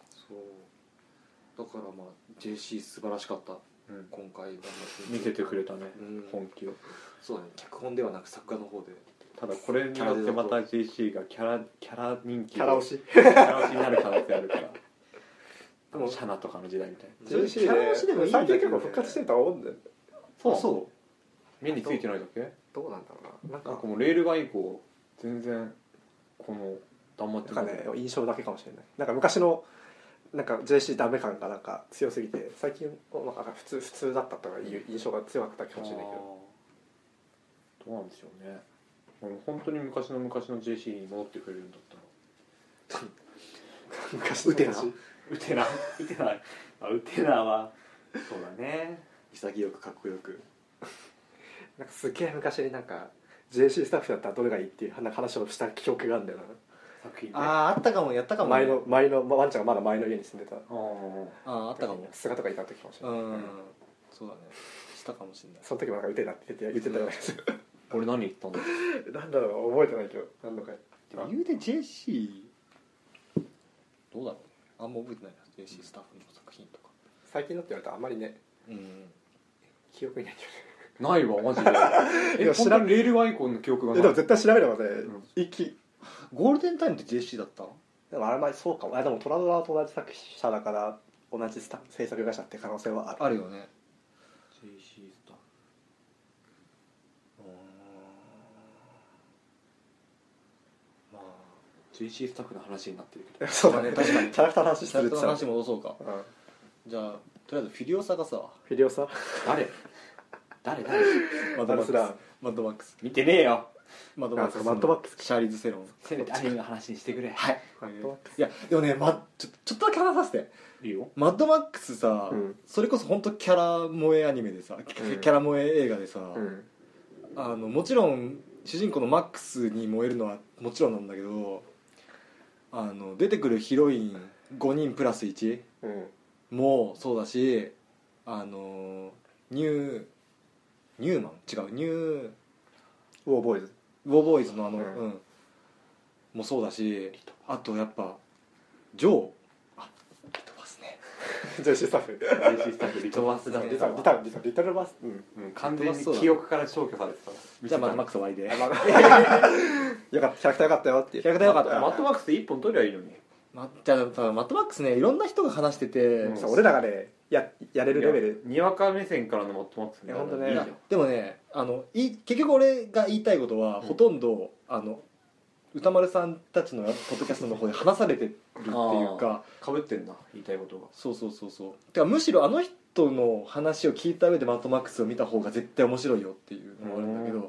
[SPEAKER 1] そうだからまあ JC 素晴らしかった
[SPEAKER 2] うん、
[SPEAKER 1] 今回頑張って
[SPEAKER 2] 見せてくれたね、
[SPEAKER 1] うん
[SPEAKER 2] 本気を
[SPEAKER 1] そうだね脚本ではなく作家の方で
[SPEAKER 2] ただこれによってまた JC がキャラキャラ人気
[SPEAKER 3] キャラ推し
[SPEAKER 2] キャラ推しになる可能性あるから
[SPEAKER 3] でも
[SPEAKER 2] シャナとかの時代みたいな
[SPEAKER 1] キャラ推しでもいいんだ
[SPEAKER 3] 最
[SPEAKER 1] けど
[SPEAKER 3] 近
[SPEAKER 1] ね
[SPEAKER 3] 結構復活してるとは思うんだよね
[SPEAKER 1] そうそ
[SPEAKER 2] 目についてないだけ
[SPEAKER 3] どうなんだろうななん
[SPEAKER 2] なん
[SPEAKER 3] か
[SPEAKER 2] かもうレールガン以降全然この黙って
[SPEAKER 3] なんかね印象だけかもしれないなんか昔のなんか JC ダメ感がなんか強すぎて最近なんか普通普通だったとかいう印象が強かったかもしれないけど
[SPEAKER 2] どうなんでしょうね俺本当に昔の昔の JC に戻ってくれるんだったら
[SPEAKER 3] 昔
[SPEAKER 1] ウテナ
[SPEAKER 2] ウテナウテナあウテナはそうだね
[SPEAKER 1] 潔くかっこよく
[SPEAKER 3] なんかすげえ昔になんか JC スタッフだったらどれがいいっていう話をした記憶があるんだよ
[SPEAKER 2] 作品であ
[SPEAKER 1] あああったかもやったか
[SPEAKER 3] な
[SPEAKER 1] も、
[SPEAKER 3] 前の前のワンちゃんがまだ前の家に住んでた
[SPEAKER 2] あー
[SPEAKER 1] あああったかも
[SPEAKER 3] 姿がいた時かもしれ
[SPEAKER 1] う
[SPEAKER 3] ない
[SPEAKER 1] ん、そうだねしたかもしれない
[SPEAKER 3] その時もなんかウテナって言って言ってたようなやつ
[SPEAKER 2] 俺何言ったんだ
[SPEAKER 3] なんだろう覚えてないけど何のか
[SPEAKER 1] でも言うて JC
[SPEAKER 2] どうだろ
[SPEAKER 1] あんま覚えてないな JC スタッフの作品とか
[SPEAKER 3] 最近のって言われたらあんまりね
[SPEAKER 1] うん
[SPEAKER 3] 記憶にないんだよね
[SPEAKER 2] うないわ マジで
[SPEAKER 3] い
[SPEAKER 2] え本
[SPEAKER 3] や知
[SPEAKER 2] 当
[SPEAKER 3] ら
[SPEAKER 2] にレールワイコンの記憶が
[SPEAKER 3] えで
[SPEAKER 2] な
[SPEAKER 3] も
[SPEAKER 2] い
[SPEAKER 3] 絶対調べればね、
[SPEAKER 2] ん
[SPEAKER 3] 一気
[SPEAKER 1] ゴールデンタイムって JC だった
[SPEAKER 3] でもあれまりそうかもいやでもトラドラと同じ作者だから同じスタ制作会社って可能性はある
[SPEAKER 1] あるよね
[SPEAKER 2] JC スタ
[SPEAKER 1] まあ
[SPEAKER 2] ッフ JC スタッフの話になってるけ ど
[SPEAKER 3] そう
[SPEAKER 1] だね確かに
[SPEAKER 3] キャラクターの話す
[SPEAKER 1] キャラ
[SPEAKER 3] るっ
[SPEAKER 1] ク
[SPEAKER 3] て
[SPEAKER 1] ターの話戻そうか
[SPEAKER 3] うん、フ
[SPEAKER 1] じゃあとりあえずフィリオ探すわ
[SPEAKER 3] ィリオさ
[SPEAKER 2] 誰誰誰
[SPEAKER 1] マ
[SPEAKER 3] アルスラーン
[SPEAKER 1] マッドマックス
[SPEAKER 2] 見てねえよ
[SPEAKER 1] マッドマック
[SPEAKER 3] あそ
[SPEAKER 1] ス
[SPEAKER 3] うマッドマックス
[SPEAKER 1] シャーリーズ・セロン
[SPEAKER 2] せめてアニメの話にしてくれ
[SPEAKER 1] はい
[SPEAKER 3] マッドマック
[SPEAKER 1] いやでもね、ま、ちょちょっとだけ話させて
[SPEAKER 2] いいよ
[SPEAKER 1] マッドマックスさ、
[SPEAKER 3] うん
[SPEAKER 1] それこそ本当キャラ萌えアニメでさ、キャ
[SPEAKER 3] うん
[SPEAKER 1] キャラ萌え映画でさ、
[SPEAKER 3] うん
[SPEAKER 1] あのもちろん主人公のマックスに燃えるのはもちろんなんだけどあの出てくるヒロイン5人プラス1
[SPEAKER 3] うん
[SPEAKER 1] もそうだしあのニューニューマン違うニュー
[SPEAKER 3] ウォーボーイズ
[SPEAKER 1] ボーボーイズのあの、
[SPEAKER 3] う
[SPEAKER 1] うんんもそうだしあとやっぱジョーあリトバスね
[SPEAKER 3] ジェシー・スタッフ
[SPEAKER 2] ジェシー・スタッフリトバスだ
[SPEAKER 3] リタリタリタリトルバスうん
[SPEAKER 2] うん完全に記憶から消去されてた
[SPEAKER 1] じゃあマッドマッ
[SPEAKER 2] ク
[SPEAKER 1] クス終わりで
[SPEAKER 3] よかったキャラクターよかったよっていう
[SPEAKER 1] キャラクタ
[SPEAKER 2] ス
[SPEAKER 1] ーよかっ
[SPEAKER 2] マ
[SPEAKER 1] た
[SPEAKER 2] ッドマックス一本取りゃいいのに
[SPEAKER 1] まじゃあただマットマックスねいろんな人が話してて、
[SPEAKER 2] ん
[SPEAKER 3] そう俺らがねややれるレベル
[SPEAKER 2] いやにわか目線からのマッドマックス
[SPEAKER 3] いや本当ね
[SPEAKER 2] いい
[SPEAKER 1] い
[SPEAKER 2] よ
[SPEAKER 1] やでもねあのい結局俺が言いたいことは、
[SPEAKER 2] うん
[SPEAKER 1] ほとんどあの歌丸さんたちのポッドキャストの方で話されてるっていうか
[SPEAKER 2] かぶってんな言いたいことが
[SPEAKER 1] そうそうそうそうてかむしろあの人の話を聞いた上でマットマックスを見た方が絶対面白いよっていうのもあるんだけど、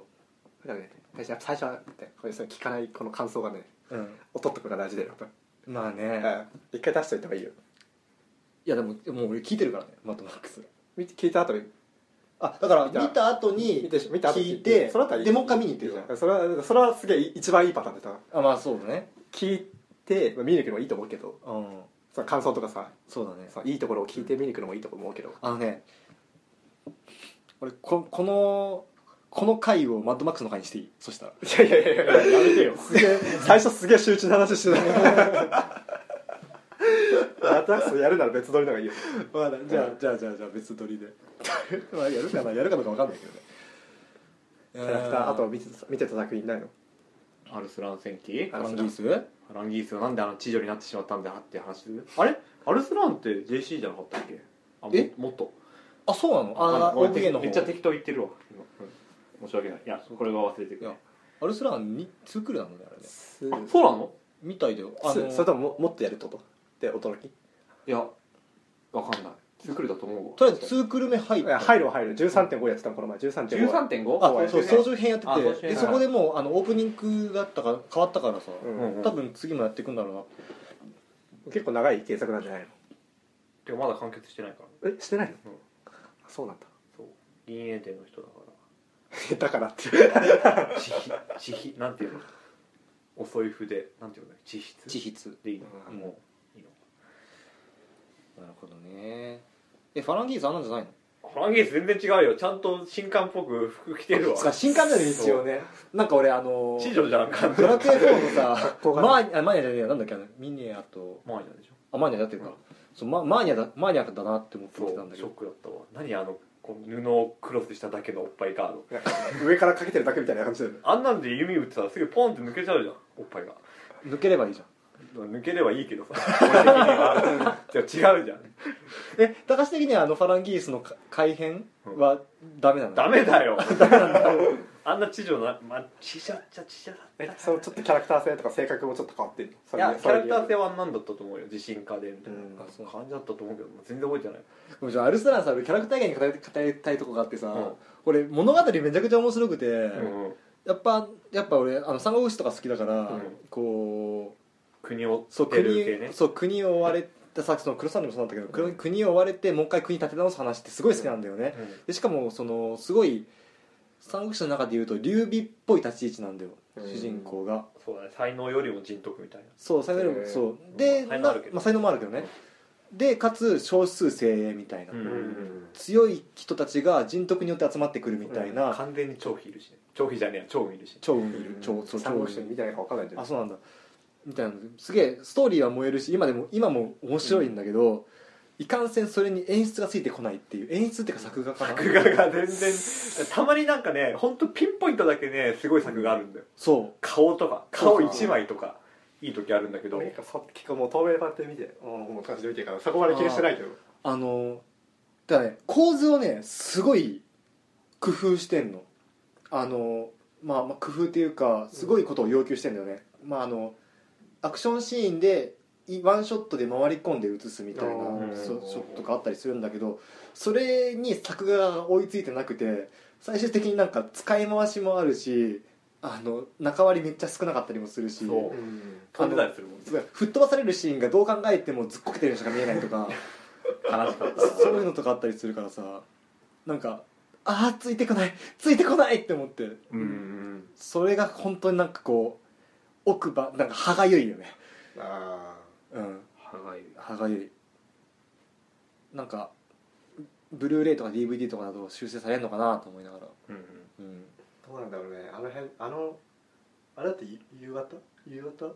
[SPEAKER 3] だからね最初最初はねこれそれ聞かないこの感想がね
[SPEAKER 1] うん、
[SPEAKER 3] 音とかが大事だよやっ
[SPEAKER 1] まあね、
[SPEAKER 3] ぱうん一回出しといた方がいいよ
[SPEAKER 1] いやでももう俺聞いてるからねマットマックス
[SPEAKER 3] 見て聞いた後に
[SPEAKER 1] あだから
[SPEAKER 3] 見た
[SPEAKER 1] 見た後に
[SPEAKER 3] 見て見た後に
[SPEAKER 1] 聞いて
[SPEAKER 3] その後はいい
[SPEAKER 1] でもう一回見に行ってるじゃん
[SPEAKER 3] それはそれはすげえ一番いいパターンでさ
[SPEAKER 1] あまあそうだね
[SPEAKER 3] 聞いて、まあ、見に行くのもいいと思うけど
[SPEAKER 1] うん
[SPEAKER 3] その感想とかさ
[SPEAKER 1] そうだね
[SPEAKER 3] さいいところを聞いて見に行くのもいいと思うけど
[SPEAKER 1] あのね俺ここのこの回をマッドマックスの回にしていいそしたら
[SPEAKER 3] いやいやいやいや
[SPEAKER 2] やめてよ
[SPEAKER 3] すげえ最初すげえ周知の話してたのにアタックスやるなら別撮りの方がいいよ
[SPEAKER 1] まあじゃあ、じゃあじゃあじゃあ別撮りで まあやるかなやるかどうか分かんないけどねキ
[SPEAKER 3] キャラクターあと見てた見てた作品ないの
[SPEAKER 2] アルスラン戦記
[SPEAKER 1] ランギース
[SPEAKER 2] アランギースがなんであの知女になってしまったんだって話あれアルスランって JC じゃなかったっけあも
[SPEAKER 1] え
[SPEAKER 2] もっと
[SPEAKER 1] あそうなの
[SPEAKER 2] わか
[SPEAKER 1] あ
[SPEAKER 2] ん
[SPEAKER 1] オ
[SPEAKER 2] ない
[SPEAKER 1] ープンゲーの方
[SPEAKER 2] めっちゃ適当言ってるわ今うん申し訳ないいやこれは忘れてく
[SPEAKER 1] い
[SPEAKER 2] れ
[SPEAKER 1] やアルスランにツークールなのねあれね
[SPEAKER 3] す
[SPEAKER 2] あそうなの
[SPEAKER 1] みたいだよあ
[SPEAKER 3] す
[SPEAKER 1] の
[SPEAKER 3] それともももっとやるととで驚き
[SPEAKER 2] いやわかんないツークールだと思うわ
[SPEAKER 1] とりあえずツークール目入っ
[SPEAKER 3] いや
[SPEAKER 1] た
[SPEAKER 3] 入るは入る13.5やってたのこの前13.5
[SPEAKER 2] 13.5?
[SPEAKER 1] あそう操
[SPEAKER 2] 縦
[SPEAKER 1] 縦編やって
[SPEAKER 2] あ操縦
[SPEAKER 1] て
[SPEAKER 2] 編
[SPEAKER 1] でそこでもうあのオープニングだったから変わったからさ、
[SPEAKER 3] うん
[SPEAKER 2] うん
[SPEAKER 1] 多分次もやっていくんだろうな
[SPEAKER 3] 結構長い検索なんじゃない
[SPEAKER 2] でもまだ完結してないから
[SPEAKER 3] のえしてないの、
[SPEAKER 2] うん
[SPEAKER 3] そうなんだ
[SPEAKER 2] そう銀英店の人だから
[SPEAKER 3] だからって
[SPEAKER 2] 地筆地筆なんていうの遅い筆なんていうの地筆
[SPEAKER 1] 自筆
[SPEAKER 2] でいいの、
[SPEAKER 3] うん
[SPEAKER 2] もういいの
[SPEAKER 1] なるほどねえファランギーズあんなんじゃないの
[SPEAKER 2] フランギース全然違うよちゃんと新刊っぽく服着てるわ
[SPEAKER 1] つか新幹線で一応ねなんか俺あの
[SPEAKER 2] 地
[SPEAKER 1] ー
[SPEAKER 2] 上じゃなかった
[SPEAKER 1] ドラクエ4のさ
[SPEAKER 3] 校がね
[SPEAKER 1] マーニャあマーニャじゃねえやなんだっけあのミネアと
[SPEAKER 2] マーニャでしょ
[SPEAKER 1] あマーニャだってるか、
[SPEAKER 2] うん
[SPEAKER 1] そうママーニャだマーニャだなって思って
[SPEAKER 2] そ
[SPEAKER 1] 見
[SPEAKER 2] う
[SPEAKER 1] てたんだけ
[SPEAKER 2] ショ
[SPEAKER 1] ど
[SPEAKER 2] ックだったわ何あのこう布をクロスしただけのおっぱいガード
[SPEAKER 3] 上からかけてるだけみたいな感じだよね
[SPEAKER 2] あんなんで弓打ってたらすぐポンって抜けちゃうじゃんおっぱいが
[SPEAKER 1] 抜ければいいじゃん
[SPEAKER 2] 抜ければいいけどさ俺的にはじゃあ違うじゃん
[SPEAKER 1] え高橋的にはあのファランギースのか改編はダメなの、
[SPEAKER 2] ダメだよあんな地上な、まあ、地上っちゃ地上だった
[SPEAKER 3] えそのちょっとキャラクター性とか性格もちょっと変わってる
[SPEAKER 2] いやキャラクター性
[SPEAKER 3] は
[SPEAKER 2] は何だったと思うよ自信家でみたいな、
[SPEAKER 3] うん
[SPEAKER 1] あそう
[SPEAKER 2] 感じだったと思うけど全然覚えてない
[SPEAKER 1] ごめんちょアルスランさ俺キャラクター以外に語り語りたいとこがあってさ、
[SPEAKER 2] うん
[SPEAKER 1] 俺物語めちゃくちゃ面白くて、
[SPEAKER 2] うんうん
[SPEAKER 1] やっぱやっぱ俺あの三国志とか好きだから、
[SPEAKER 2] ん
[SPEAKER 1] こう
[SPEAKER 2] 国を
[SPEAKER 1] そう
[SPEAKER 2] 出
[SPEAKER 1] 国
[SPEAKER 2] る系ね
[SPEAKER 1] そう国を追われたさその黒さんでもそうなんだけど、国国を追われてもう一回国立て直す話ってすごい好きなんだよね、
[SPEAKER 2] うん
[SPEAKER 1] でしかもそのすごい三国志の中でいうと劉備っぽい立ち位置なんだよ、
[SPEAKER 3] うん
[SPEAKER 1] 主人公が
[SPEAKER 2] そうだね才能よりも人徳みたいな
[SPEAKER 1] そう才能より
[SPEAKER 3] へ
[SPEAKER 1] も
[SPEAKER 3] ー
[SPEAKER 1] そうで
[SPEAKER 2] 才能
[SPEAKER 1] な
[SPEAKER 2] あるけど
[SPEAKER 1] まあ、才能もあるけどねでかつ少数精鋭みたいな、
[SPEAKER 2] うんうん
[SPEAKER 1] 強い人たちが人徳によって集まってくるみたいな、
[SPEAKER 2] 完全に張飛いるしね張飛じゃねえや張飛いる し
[SPEAKER 1] 超運いる超そう
[SPEAKER 3] サ
[SPEAKER 1] 超
[SPEAKER 3] ン
[SPEAKER 1] 運
[SPEAKER 3] ゴ
[SPEAKER 1] い
[SPEAKER 3] シ
[SPEAKER 1] る
[SPEAKER 3] みたいなのか分かんないじゃん
[SPEAKER 1] あそうなんだみたいなすげえストーリーは燃えるし今でも今も面白いんだけど、いかんせんそれに演出がついてこないっていう演出っていうか作画かな
[SPEAKER 2] 作画が全然たまになんかね本当ピンポイントだけねすごい作画あるんだよ
[SPEAKER 1] そう
[SPEAKER 2] 顔とか
[SPEAKER 1] そう
[SPEAKER 2] 顔一枚とかいい時あるんだけど
[SPEAKER 3] なんかそ結構もう透明版って見てもう感じで見てるからそこまで気にしてないけど
[SPEAKER 1] あのだからね構図をねすごい工夫してんのあの、まあ、まあ工夫っていうかすごいことを要求してんだよね、まああのアクションシーンでいワンショットで回り込んで映すみたいな
[SPEAKER 3] うん
[SPEAKER 1] そショットがあったりするんだけどそれに作画が追いついてなくて最終的になんか使い回しもあるしあの中割りめっちゃ少なかったりもするし
[SPEAKER 2] そう飛んでたりするもんね
[SPEAKER 1] すごい吹っ飛ばされるシーンがどう考えてもずっこけてる人しか見えないとか。
[SPEAKER 2] 悲しかったな
[SPEAKER 1] そういうのとかあったりするからさなんかああついてこないついてこないって思って
[SPEAKER 2] うんうんうん
[SPEAKER 1] それが本当になんかこう奥歯なんか歯がゆいよね
[SPEAKER 3] あ
[SPEAKER 1] うん
[SPEAKER 2] 歯がゆい
[SPEAKER 1] 歯がゆいなんかブルーレイとか DVD とかだと修正されるのかなと思いながら
[SPEAKER 2] うんうん
[SPEAKER 1] うん
[SPEAKER 3] あどうなんだろうねあの辺あのあれだって夕方夕方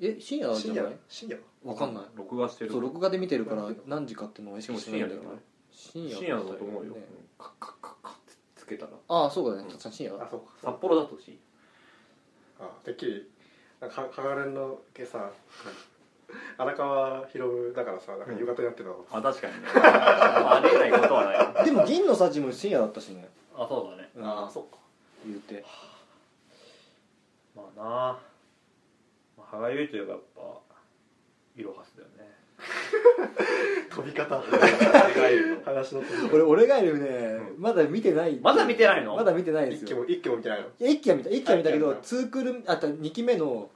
[SPEAKER 4] え深夜じ
[SPEAKER 3] 深
[SPEAKER 4] ゃな
[SPEAKER 3] 夜
[SPEAKER 4] い
[SPEAKER 3] 深夜
[SPEAKER 1] わかんない
[SPEAKER 2] 録画してる
[SPEAKER 4] そう録画で見てるから
[SPEAKER 3] うん
[SPEAKER 1] 何時かっていうのは意
[SPEAKER 2] しか
[SPEAKER 1] 識
[SPEAKER 2] も
[SPEAKER 1] して
[SPEAKER 2] 深
[SPEAKER 1] ないんだ
[SPEAKER 2] 夜じ
[SPEAKER 1] よ
[SPEAKER 2] ゃない
[SPEAKER 1] ね深
[SPEAKER 2] 深
[SPEAKER 1] 夜
[SPEAKER 2] 夜だと思うよ、
[SPEAKER 1] ね
[SPEAKER 2] うんカッカッカッカッってつけたら
[SPEAKER 4] ああそうだね
[SPEAKER 2] うん
[SPEAKER 4] 確かに深夜だ
[SPEAKER 3] あそうか
[SPEAKER 2] 札幌だとし
[SPEAKER 3] あてっきりなんかはハガレンのけさ荒川博だからさなんか夕方やってたの、
[SPEAKER 2] あ確かにねありえないことはないあ
[SPEAKER 1] でも銀のさじも深夜だったしね
[SPEAKER 2] そうだね
[SPEAKER 1] ああ
[SPEAKER 2] そっか
[SPEAKER 1] 言うて
[SPEAKER 2] まあなあまあ歯がゆいといえばやっぱイロハスだよね
[SPEAKER 3] 飛び 方
[SPEAKER 2] 歯がゆいの
[SPEAKER 3] 話の飛
[SPEAKER 1] 俺
[SPEAKER 3] び方
[SPEAKER 1] 俺がいるね
[SPEAKER 2] う
[SPEAKER 1] まだ見てない
[SPEAKER 2] まだ見てないの
[SPEAKER 1] まだ見てないで
[SPEAKER 3] 一
[SPEAKER 1] す
[SPEAKER 3] 期
[SPEAKER 1] よ
[SPEAKER 3] も一期も見てないの
[SPEAKER 1] いや一期は見た一期は見たけ
[SPEAKER 3] は
[SPEAKER 1] ど
[SPEAKER 3] い
[SPEAKER 1] 2クールあと2期目の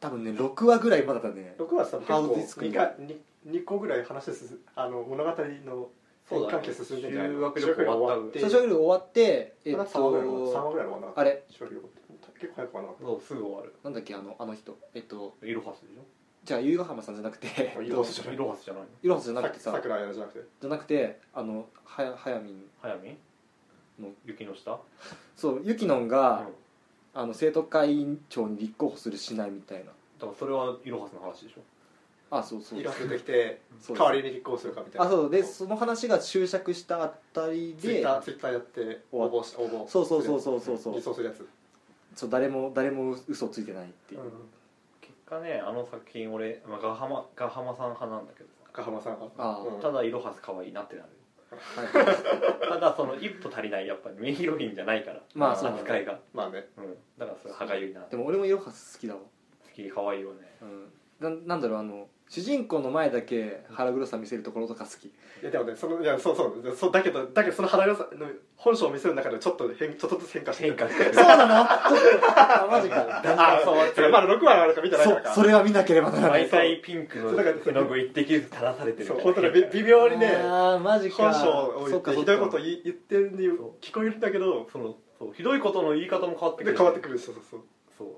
[SPEAKER 1] 多分ね6話ぐらいまだだね
[SPEAKER 3] 6はさ結
[SPEAKER 1] ハードディス
[SPEAKER 3] 構
[SPEAKER 1] クに
[SPEAKER 3] 2か二二個ぐらい話すすあの物語の
[SPEAKER 2] そうだね
[SPEAKER 3] 関係進んでんじゃないの
[SPEAKER 2] 修学旅行終わった
[SPEAKER 1] 最
[SPEAKER 3] 修学
[SPEAKER 1] 初
[SPEAKER 3] 旅行終わ
[SPEAKER 1] 終わ
[SPEAKER 3] って
[SPEAKER 1] ってえ
[SPEAKER 3] え
[SPEAKER 1] っ
[SPEAKER 3] っと3話ぐらいの3
[SPEAKER 1] と
[SPEAKER 3] 話ぐらいの終わんなか
[SPEAKER 1] あ
[SPEAKER 3] った
[SPEAKER 1] れ
[SPEAKER 3] 修学旅行って結構早く終わんなかっ
[SPEAKER 2] そうすぐ終わる
[SPEAKER 1] なんだっけあのあの人えっと
[SPEAKER 2] イロハスでしょ
[SPEAKER 1] じゃあ由比ヶ浜さんじゃなくて
[SPEAKER 3] た
[SPEAKER 1] えっ
[SPEAKER 3] 移
[SPEAKER 1] と
[SPEAKER 3] 動する
[SPEAKER 2] イロハスじゃないの
[SPEAKER 1] いろはさんじゃな
[SPEAKER 3] さ
[SPEAKER 1] くてさ
[SPEAKER 3] 桜やじゃなくて
[SPEAKER 1] じゃなくてあのはやはやみん
[SPEAKER 2] 早見
[SPEAKER 1] の
[SPEAKER 2] 雪の下
[SPEAKER 1] そうゆきのん
[SPEAKER 2] うん
[SPEAKER 1] が
[SPEAKER 2] だか、
[SPEAKER 1] あの生徒会委員長に立候補するしないみたいな
[SPEAKER 2] らそれはイロハスの話でしょ
[SPEAKER 1] あそうそう
[SPEAKER 3] イラストできて
[SPEAKER 1] そう
[SPEAKER 3] 代わりに立候補するかみたいな
[SPEAKER 1] あそうでその話が注釈したあたり
[SPEAKER 3] ツイッ
[SPEAKER 1] で
[SPEAKER 3] ターツイッターやって応募し応募
[SPEAKER 1] そうそうそうそうそうそう
[SPEAKER 3] 理想するやつ
[SPEAKER 1] そう誰も誰も嘘ついてないっていう、
[SPEAKER 2] 結果ねあの作品俺、まあ、ガハマガハマさん派なんだけどさ
[SPEAKER 3] 赤浜さんが
[SPEAKER 1] あー
[SPEAKER 3] うん
[SPEAKER 2] ただイロハス可愛いなってなる
[SPEAKER 1] はいはい
[SPEAKER 2] ただその一歩足りないやっぱりメインヒロインじゃないから
[SPEAKER 1] まあそう
[SPEAKER 2] 扱いが
[SPEAKER 3] まあね
[SPEAKER 2] うんだからそれ歯がゆいな
[SPEAKER 1] で
[SPEAKER 2] 好
[SPEAKER 1] も俺もいろは好きだわ、
[SPEAKER 2] き可愛いよね
[SPEAKER 1] うん、ななんだろうあの主人公の前だけ腹黒さ見せるところとか好 き
[SPEAKER 3] いやでもねそのいやそうそうそうだけどだけどその腹のさの本性を見せる中でちょっと変ちょっとずつ変化して
[SPEAKER 2] 変 化してる
[SPEAKER 1] そうなのあマジか
[SPEAKER 2] あそう
[SPEAKER 3] それまだ6話あるか見てないからか
[SPEAKER 1] そそれは見なければならない
[SPEAKER 2] 毎回ピンクの
[SPEAKER 3] そうだから
[SPEAKER 2] 絵の具一滴ずつ垂らされてる
[SPEAKER 3] そう
[SPEAKER 2] み
[SPEAKER 3] 本当
[SPEAKER 2] たい
[SPEAKER 3] に
[SPEAKER 2] な
[SPEAKER 3] び微妙にね
[SPEAKER 1] あーマジか
[SPEAKER 3] 本性を置
[SPEAKER 1] そ
[SPEAKER 3] い
[SPEAKER 1] っか
[SPEAKER 3] て
[SPEAKER 1] そっ
[SPEAKER 3] ひ
[SPEAKER 1] か
[SPEAKER 3] どいことを言い言ってるに
[SPEAKER 2] そう
[SPEAKER 3] 聞こえるんだけど
[SPEAKER 2] そのそうひどいことの言い方も変わってく
[SPEAKER 3] で
[SPEAKER 2] る
[SPEAKER 3] 変わってくるそうそうそう
[SPEAKER 2] そう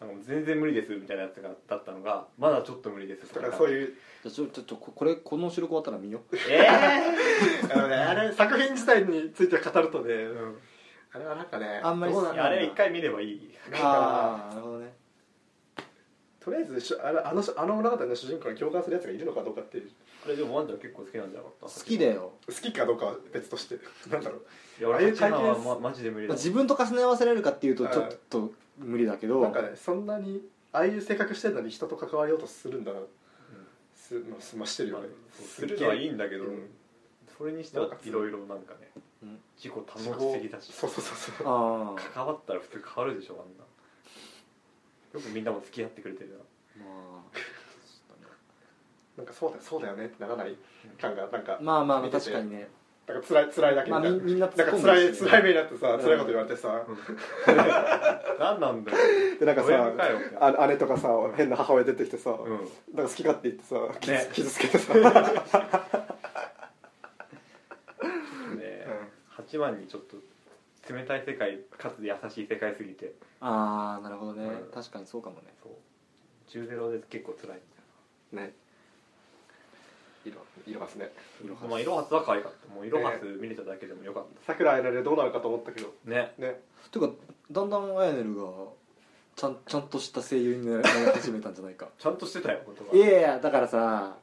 [SPEAKER 2] なんかもう全然無理ですみたいなやつがだったのがまだちょっと無理です
[SPEAKER 3] だからそう
[SPEAKER 2] う
[SPEAKER 3] いう
[SPEAKER 1] じゃあちょちょちょここれこの収録終わったら見よ う
[SPEAKER 2] ええ
[SPEAKER 3] あのねあれ作品自体について語るとね
[SPEAKER 2] ーうん
[SPEAKER 3] あれはなんかね
[SPEAKER 1] あんまり
[SPEAKER 3] どう
[SPEAKER 1] そ
[SPEAKER 3] な
[SPEAKER 1] う
[SPEAKER 2] い
[SPEAKER 1] な
[SPEAKER 2] や
[SPEAKER 1] ん
[SPEAKER 2] あ
[SPEAKER 1] だ
[SPEAKER 2] れ一回見ればいい
[SPEAKER 1] ああなるほどね
[SPEAKER 3] とりあえずしあのあのあの物語の主人公に共感するやつがいるのかどうかっていう
[SPEAKER 2] これでもワンちゃん結構好きなんじゃなかった
[SPEAKER 1] 好きだよ
[SPEAKER 3] 好きかどうかは別として なんだろう
[SPEAKER 2] いや俺
[SPEAKER 3] ああいう体験
[SPEAKER 2] は、ま、マジで無理
[SPEAKER 1] まあ
[SPEAKER 2] だ
[SPEAKER 1] 自分と重ね合わせられるかっていうとちょっと無理だけど
[SPEAKER 3] なんかねそんなにああいう性格してるのに人と関わりようとするんだな、すまあすまあしてるよね、
[SPEAKER 2] そうするのはいいんだけど、
[SPEAKER 3] うん
[SPEAKER 2] それにしてはいろいろなんかね
[SPEAKER 1] うん
[SPEAKER 2] 自己保ちすぎだし
[SPEAKER 3] そうそうそう そう
[SPEAKER 1] ああ
[SPEAKER 2] 関わったら普通変わるでしょあんなよくみんなも付き合ってくれてるな
[SPEAKER 1] ま
[SPEAKER 3] なんかそうだよそうだよねってならない感がなんか
[SPEAKER 1] あまあまあまあ
[SPEAKER 3] 見てて
[SPEAKER 1] 確かにね
[SPEAKER 3] なんか辛い辛いだけ
[SPEAKER 1] まあ
[SPEAKER 3] みた
[SPEAKER 1] み
[SPEAKER 3] いな,、
[SPEAKER 1] みんな突っ
[SPEAKER 3] なん
[SPEAKER 1] 込ん
[SPEAKER 3] か
[SPEAKER 1] で
[SPEAKER 3] 辛
[SPEAKER 1] る
[SPEAKER 3] い
[SPEAKER 1] し
[SPEAKER 3] 辛い目になってさ辛いこと言われてさ、
[SPEAKER 2] 何なんだよ
[SPEAKER 3] でなんかさ
[SPEAKER 2] 親かよ
[SPEAKER 3] あ姉とかさ変な母親出てきてさ、
[SPEAKER 2] うん
[SPEAKER 3] なんか好き勝手言ってさ傷,、
[SPEAKER 2] ね
[SPEAKER 3] 傷つけてさうん
[SPEAKER 2] ね八番にちょっと冷たい世界かつ優しい世界すぎて
[SPEAKER 1] ああなるほどね
[SPEAKER 2] うん
[SPEAKER 1] 確かにそうかもね
[SPEAKER 2] そう10ゼロで結構辛い
[SPEAKER 3] ね色色ますね
[SPEAKER 1] いろは
[SPEAKER 2] まあイロハスは可愛かったもうイロハス見れただけでもよかっ
[SPEAKER 3] 桜えられどうなるかと思ったけど
[SPEAKER 2] たね
[SPEAKER 3] ね
[SPEAKER 1] ていうかだんだんあやねるがちゃん ちゃんとした声優になり始めたんじゃないか
[SPEAKER 2] ちゃんとしてたよ
[SPEAKER 1] い
[SPEAKER 2] 言葉
[SPEAKER 1] やいやだから さ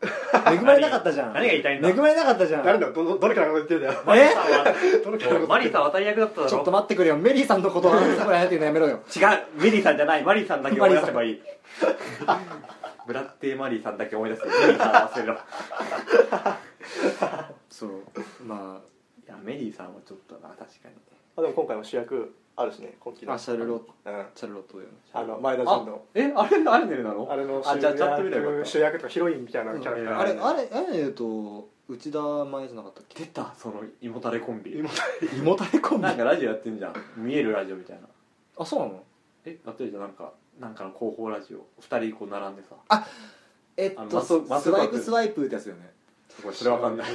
[SPEAKER 1] 恵まれなかったじゃん
[SPEAKER 2] 何が言いたいんだ
[SPEAKER 1] 恵まれなかったじゃ
[SPEAKER 3] 誰
[SPEAKER 1] ん
[SPEAKER 3] だよどどどれから言ってんだよ
[SPEAKER 2] マリさんは
[SPEAKER 3] どれ
[SPEAKER 2] もうマリさん渡り役だっただろ
[SPEAKER 1] ちょっと待ってくれよメリーさんのことをあんたこれやっていうのやめろよ
[SPEAKER 2] 違うメリーさんじゃないマリーさんだけ思い出せばいいブラッテーマリーさんだけ思い出してメリーさんは忘れろい
[SPEAKER 1] そうま
[SPEAKER 2] やメリーさんはちょっとな確かに
[SPEAKER 3] あでも今回も主役あるしね今期
[SPEAKER 1] ああシャルロット
[SPEAKER 3] うん
[SPEAKER 1] シャルロットだよね
[SPEAKER 3] あの前田
[SPEAKER 2] あ
[SPEAKER 3] 純の
[SPEAKER 2] えあれアルネルなの
[SPEAKER 3] あれの
[SPEAKER 2] あ
[SPEAKER 3] 主
[SPEAKER 2] じゃあちゃんと見ればよ
[SPEAKER 3] 役
[SPEAKER 2] かっ
[SPEAKER 3] 主役とかヒロインみたいなキャラクター
[SPEAKER 1] あれあれあやねると内田前じゃなかったった
[SPEAKER 2] 出たその胃もたれコンビ
[SPEAKER 3] 胃もた
[SPEAKER 1] け胃もたれコンビ
[SPEAKER 2] なんかラジオやってんじゃん見えるラジオみたいな
[SPEAKER 1] あそうなの
[SPEAKER 2] えやってるじゃんなんかなんかの広報ラジオ2人こう並んでさ
[SPEAKER 1] えっ
[SPEAKER 2] あの
[SPEAKER 1] と
[SPEAKER 2] マスマ
[SPEAKER 1] ス
[SPEAKER 2] ス
[SPEAKER 1] ワイプスワイプってやつよね
[SPEAKER 2] ごめんそれわかんない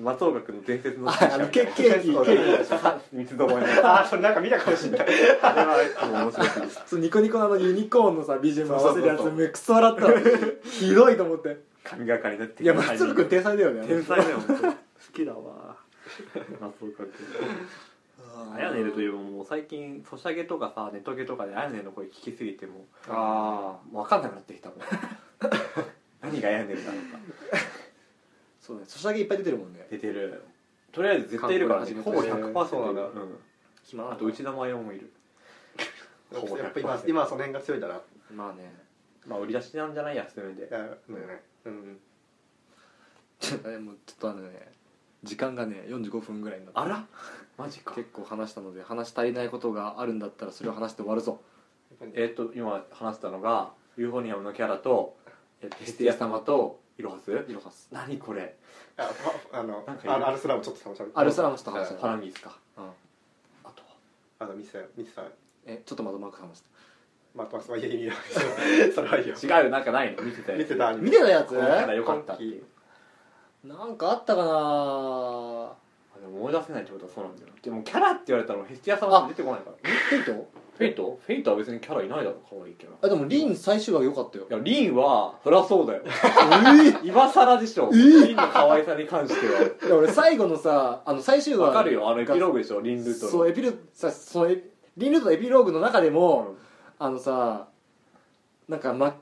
[SPEAKER 2] 松岡君の伝説の
[SPEAKER 1] ああのケーキケーキケーキ
[SPEAKER 2] 三つどもえの
[SPEAKER 3] ああそれなんか見たかもしれない
[SPEAKER 2] あれはもう面白すぎて
[SPEAKER 1] そうニコニコのあのユニコーンのさ BGM 合わせるやつ
[SPEAKER 2] そうそうそう
[SPEAKER 1] めっくそ笑ったわ ひどいと思って
[SPEAKER 2] 神がかりになって
[SPEAKER 1] いや松鶴君天才だよね
[SPEAKER 2] 天才だよ本当好きだわ松岡君あやねるというよりももう最近ソシャゲとかさネトゲとかであやねの声聞きすぎても
[SPEAKER 1] あ
[SPEAKER 2] う分かんなくなってきたもん何があやねるなのか
[SPEAKER 1] そうねソシャゲいっぱい出てるもんね
[SPEAKER 2] 出てるとりあえず絶対いるからね
[SPEAKER 1] 韓
[SPEAKER 2] ほ
[SPEAKER 1] 国
[SPEAKER 2] ぼ
[SPEAKER 1] 始めた
[SPEAKER 2] 100%パーセントいる
[SPEAKER 3] そうな
[SPEAKER 1] 暇
[SPEAKER 2] うん、
[SPEAKER 1] な
[SPEAKER 2] あ
[SPEAKER 1] の
[SPEAKER 2] と内田真世もいるほぼ
[SPEAKER 5] やっ
[SPEAKER 2] 100%
[SPEAKER 5] ぱ今今はその辺が強いんだな
[SPEAKER 1] まあね
[SPEAKER 2] まあ売り出しなんじゃないやすめで
[SPEAKER 5] だよねうん
[SPEAKER 1] でもちょっとあのね時間がね45分ぐらいになって
[SPEAKER 2] あらマジか
[SPEAKER 1] 結構話したので話し足りないことがあるんだったらそれを話して終わるぞ
[SPEAKER 2] えーっと今話したのがユーフォニアムのキャラとえーペスティア様とイロハス
[SPEAKER 1] イロハス
[SPEAKER 2] 何これ
[SPEAKER 5] ああの
[SPEAKER 2] なんかいる
[SPEAKER 5] あのアルスラもちょっと楽しみ
[SPEAKER 1] アルスラムちょっと話した
[SPEAKER 2] ファラミースか
[SPEAKER 1] うん
[SPEAKER 2] あとは
[SPEAKER 5] あのミスミスさん
[SPEAKER 1] えちょっとまだマーク話した
[SPEAKER 5] まあまあまあいやいやいやそれはいいよ
[SPEAKER 2] 違うなんかないの見てたやつ
[SPEAKER 5] 見てたアニ
[SPEAKER 1] 見
[SPEAKER 5] メ
[SPEAKER 1] てたやつ
[SPEAKER 2] このキャラ良かったっていう
[SPEAKER 1] なんかあったかな
[SPEAKER 2] あでも思い出せないってことはそうなんだよなでもキャラって言われたらヘスティア様って出てこないから
[SPEAKER 1] フェイト
[SPEAKER 2] フェイトフェイトは別にキャラいないだろ可愛いけど
[SPEAKER 1] あでもリン最終話良かったよ
[SPEAKER 2] いやリンはそりゃそうだよ
[SPEAKER 1] え
[SPEAKER 2] 今更でしょ、リンの可愛さに関しては
[SPEAKER 1] え俺最後のさあの最終話
[SPEAKER 2] わかるよあのエピローグでしょリンルートの
[SPEAKER 1] そうエピルさそのエリンルートのエピローグの中でも、あのさなんか、ま、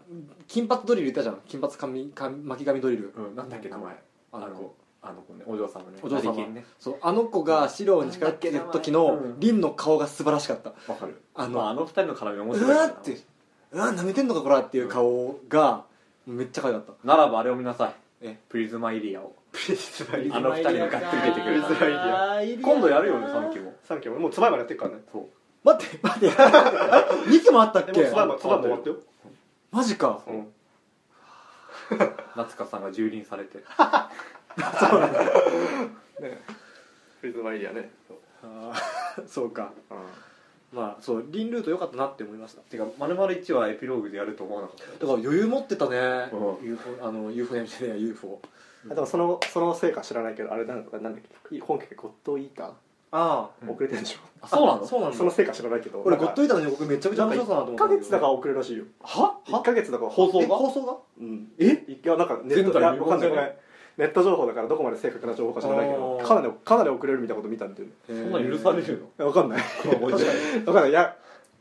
[SPEAKER 1] 金髪ドリルいたじゃん金髪髪髪巻き髪ドリル
[SPEAKER 2] うんなんだっけ名前あ
[SPEAKER 1] あ
[SPEAKER 2] の
[SPEAKER 1] の
[SPEAKER 2] 子あの子ねお嬢様ね
[SPEAKER 1] お嬢様
[SPEAKER 2] 成金ね
[SPEAKER 1] そうあの子が四郎に叱られてる時の
[SPEAKER 2] うん
[SPEAKER 1] リンの顔が素晴らしかった
[SPEAKER 2] わかる
[SPEAKER 1] あ
[SPEAKER 2] あ
[SPEAKER 1] の
[SPEAKER 2] の,、あ、の二人の絡み面
[SPEAKER 1] う
[SPEAKER 2] 白い
[SPEAKER 1] わー
[SPEAKER 2] よ
[SPEAKER 1] ってうわー舐めてんのかこらっていう顔がめっちゃ可愛かった
[SPEAKER 2] ならばあれを見なさい
[SPEAKER 1] え
[SPEAKER 2] プリズマイリアを
[SPEAKER 5] プリズマイリ
[SPEAKER 2] あの二人ががっつり出てくる
[SPEAKER 5] プリズマイリア
[SPEAKER 2] 今度やるよねサムキも
[SPEAKER 5] さっき俺もうつばいまでやってるからね
[SPEAKER 2] そう
[SPEAKER 1] 待って待って2期もあったっ
[SPEAKER 5] で
[SPEAKER 1] け
[SPEAKER 5] もつばいもつばいも終わったよ
[SPEAKER 1] マジか
[SPEAKER 5] うん
[SPEAKER 2] 夏香さんが蹂躙されて
[SPEAKER 5] プリズマイリアね
[SPEAKER 1] あー そうか
[SPEAKER 5] うん
[SPEAKER 1] まあそうリンルート良かったなって思いました
[SPEAKER 2] てかまるまる1はエピローグでやると思わなかった
[SPEAKER 1] だから余裕持ってたね、
[SPEAKER 2] う
[SPEAKER 1] UFO あの UFO やみたいな UFO
[SPEAKER 3] あでもそのそのせいか知らないけどあれなんだなんだっけ本家ゴッドイータ
[SPEAKER 1] あ
[SPEAKER 2] うん
[SPEAKER 3] ー遅れてるでしょ、
[SPEAKER 1] あ
[SPEAKER 2] そうなの
[SPEAKER 1] そうなん
[SPEAKER 3] その
[SPEAKER 1] だ
[SPEAKER 3] せいか知らないけど
[SPEAKER 1] 俺ゴッド
[SPEAKER 3] イ
[SPEAKER 1] イーターの予告めちゃめちゃ面白そうだなと思
[SPEAKER 3] 1
[SPEAKER 1] った
[SPEAKER 3] ヶ
[SPEAKER 1] んだけど
[SPEAKER 3] 月だから遅れるらしいよ
[SPEAKER 2] は
[SPEAKER 3] 1ヶ月だから放
[SPEAKER 1] え放送が
[SPEAKER 3] うん
[SPEAKER 2] え
[SPEAKER 3] いやなんかネッ
[SPEAKER 2] 全
[SPEAKER 3] ト
[SPEAKER 2] 体
[SPEAKER 3] いやわかん
[SPEAKER 2] 日本じゃ
[SPEAKER 3] ないご
[SPEAKER 2] な
[SPEAKER 3] め
[SPEAKER 2] い
[SPEAKER 3] んネット情報だからどこまで正確な情報か知らないけど
[SPEAKER 1] あー
[SPEAKER 3] かなりかなり遅れるみたいなこと見たんで
[SPEAKER 1] そ
[SPEAKER 2] そんな許される の
[SPEAKER 3] わかんない
[SPEAKER 1] 確かに
[SPEAKER 3] わかんないいや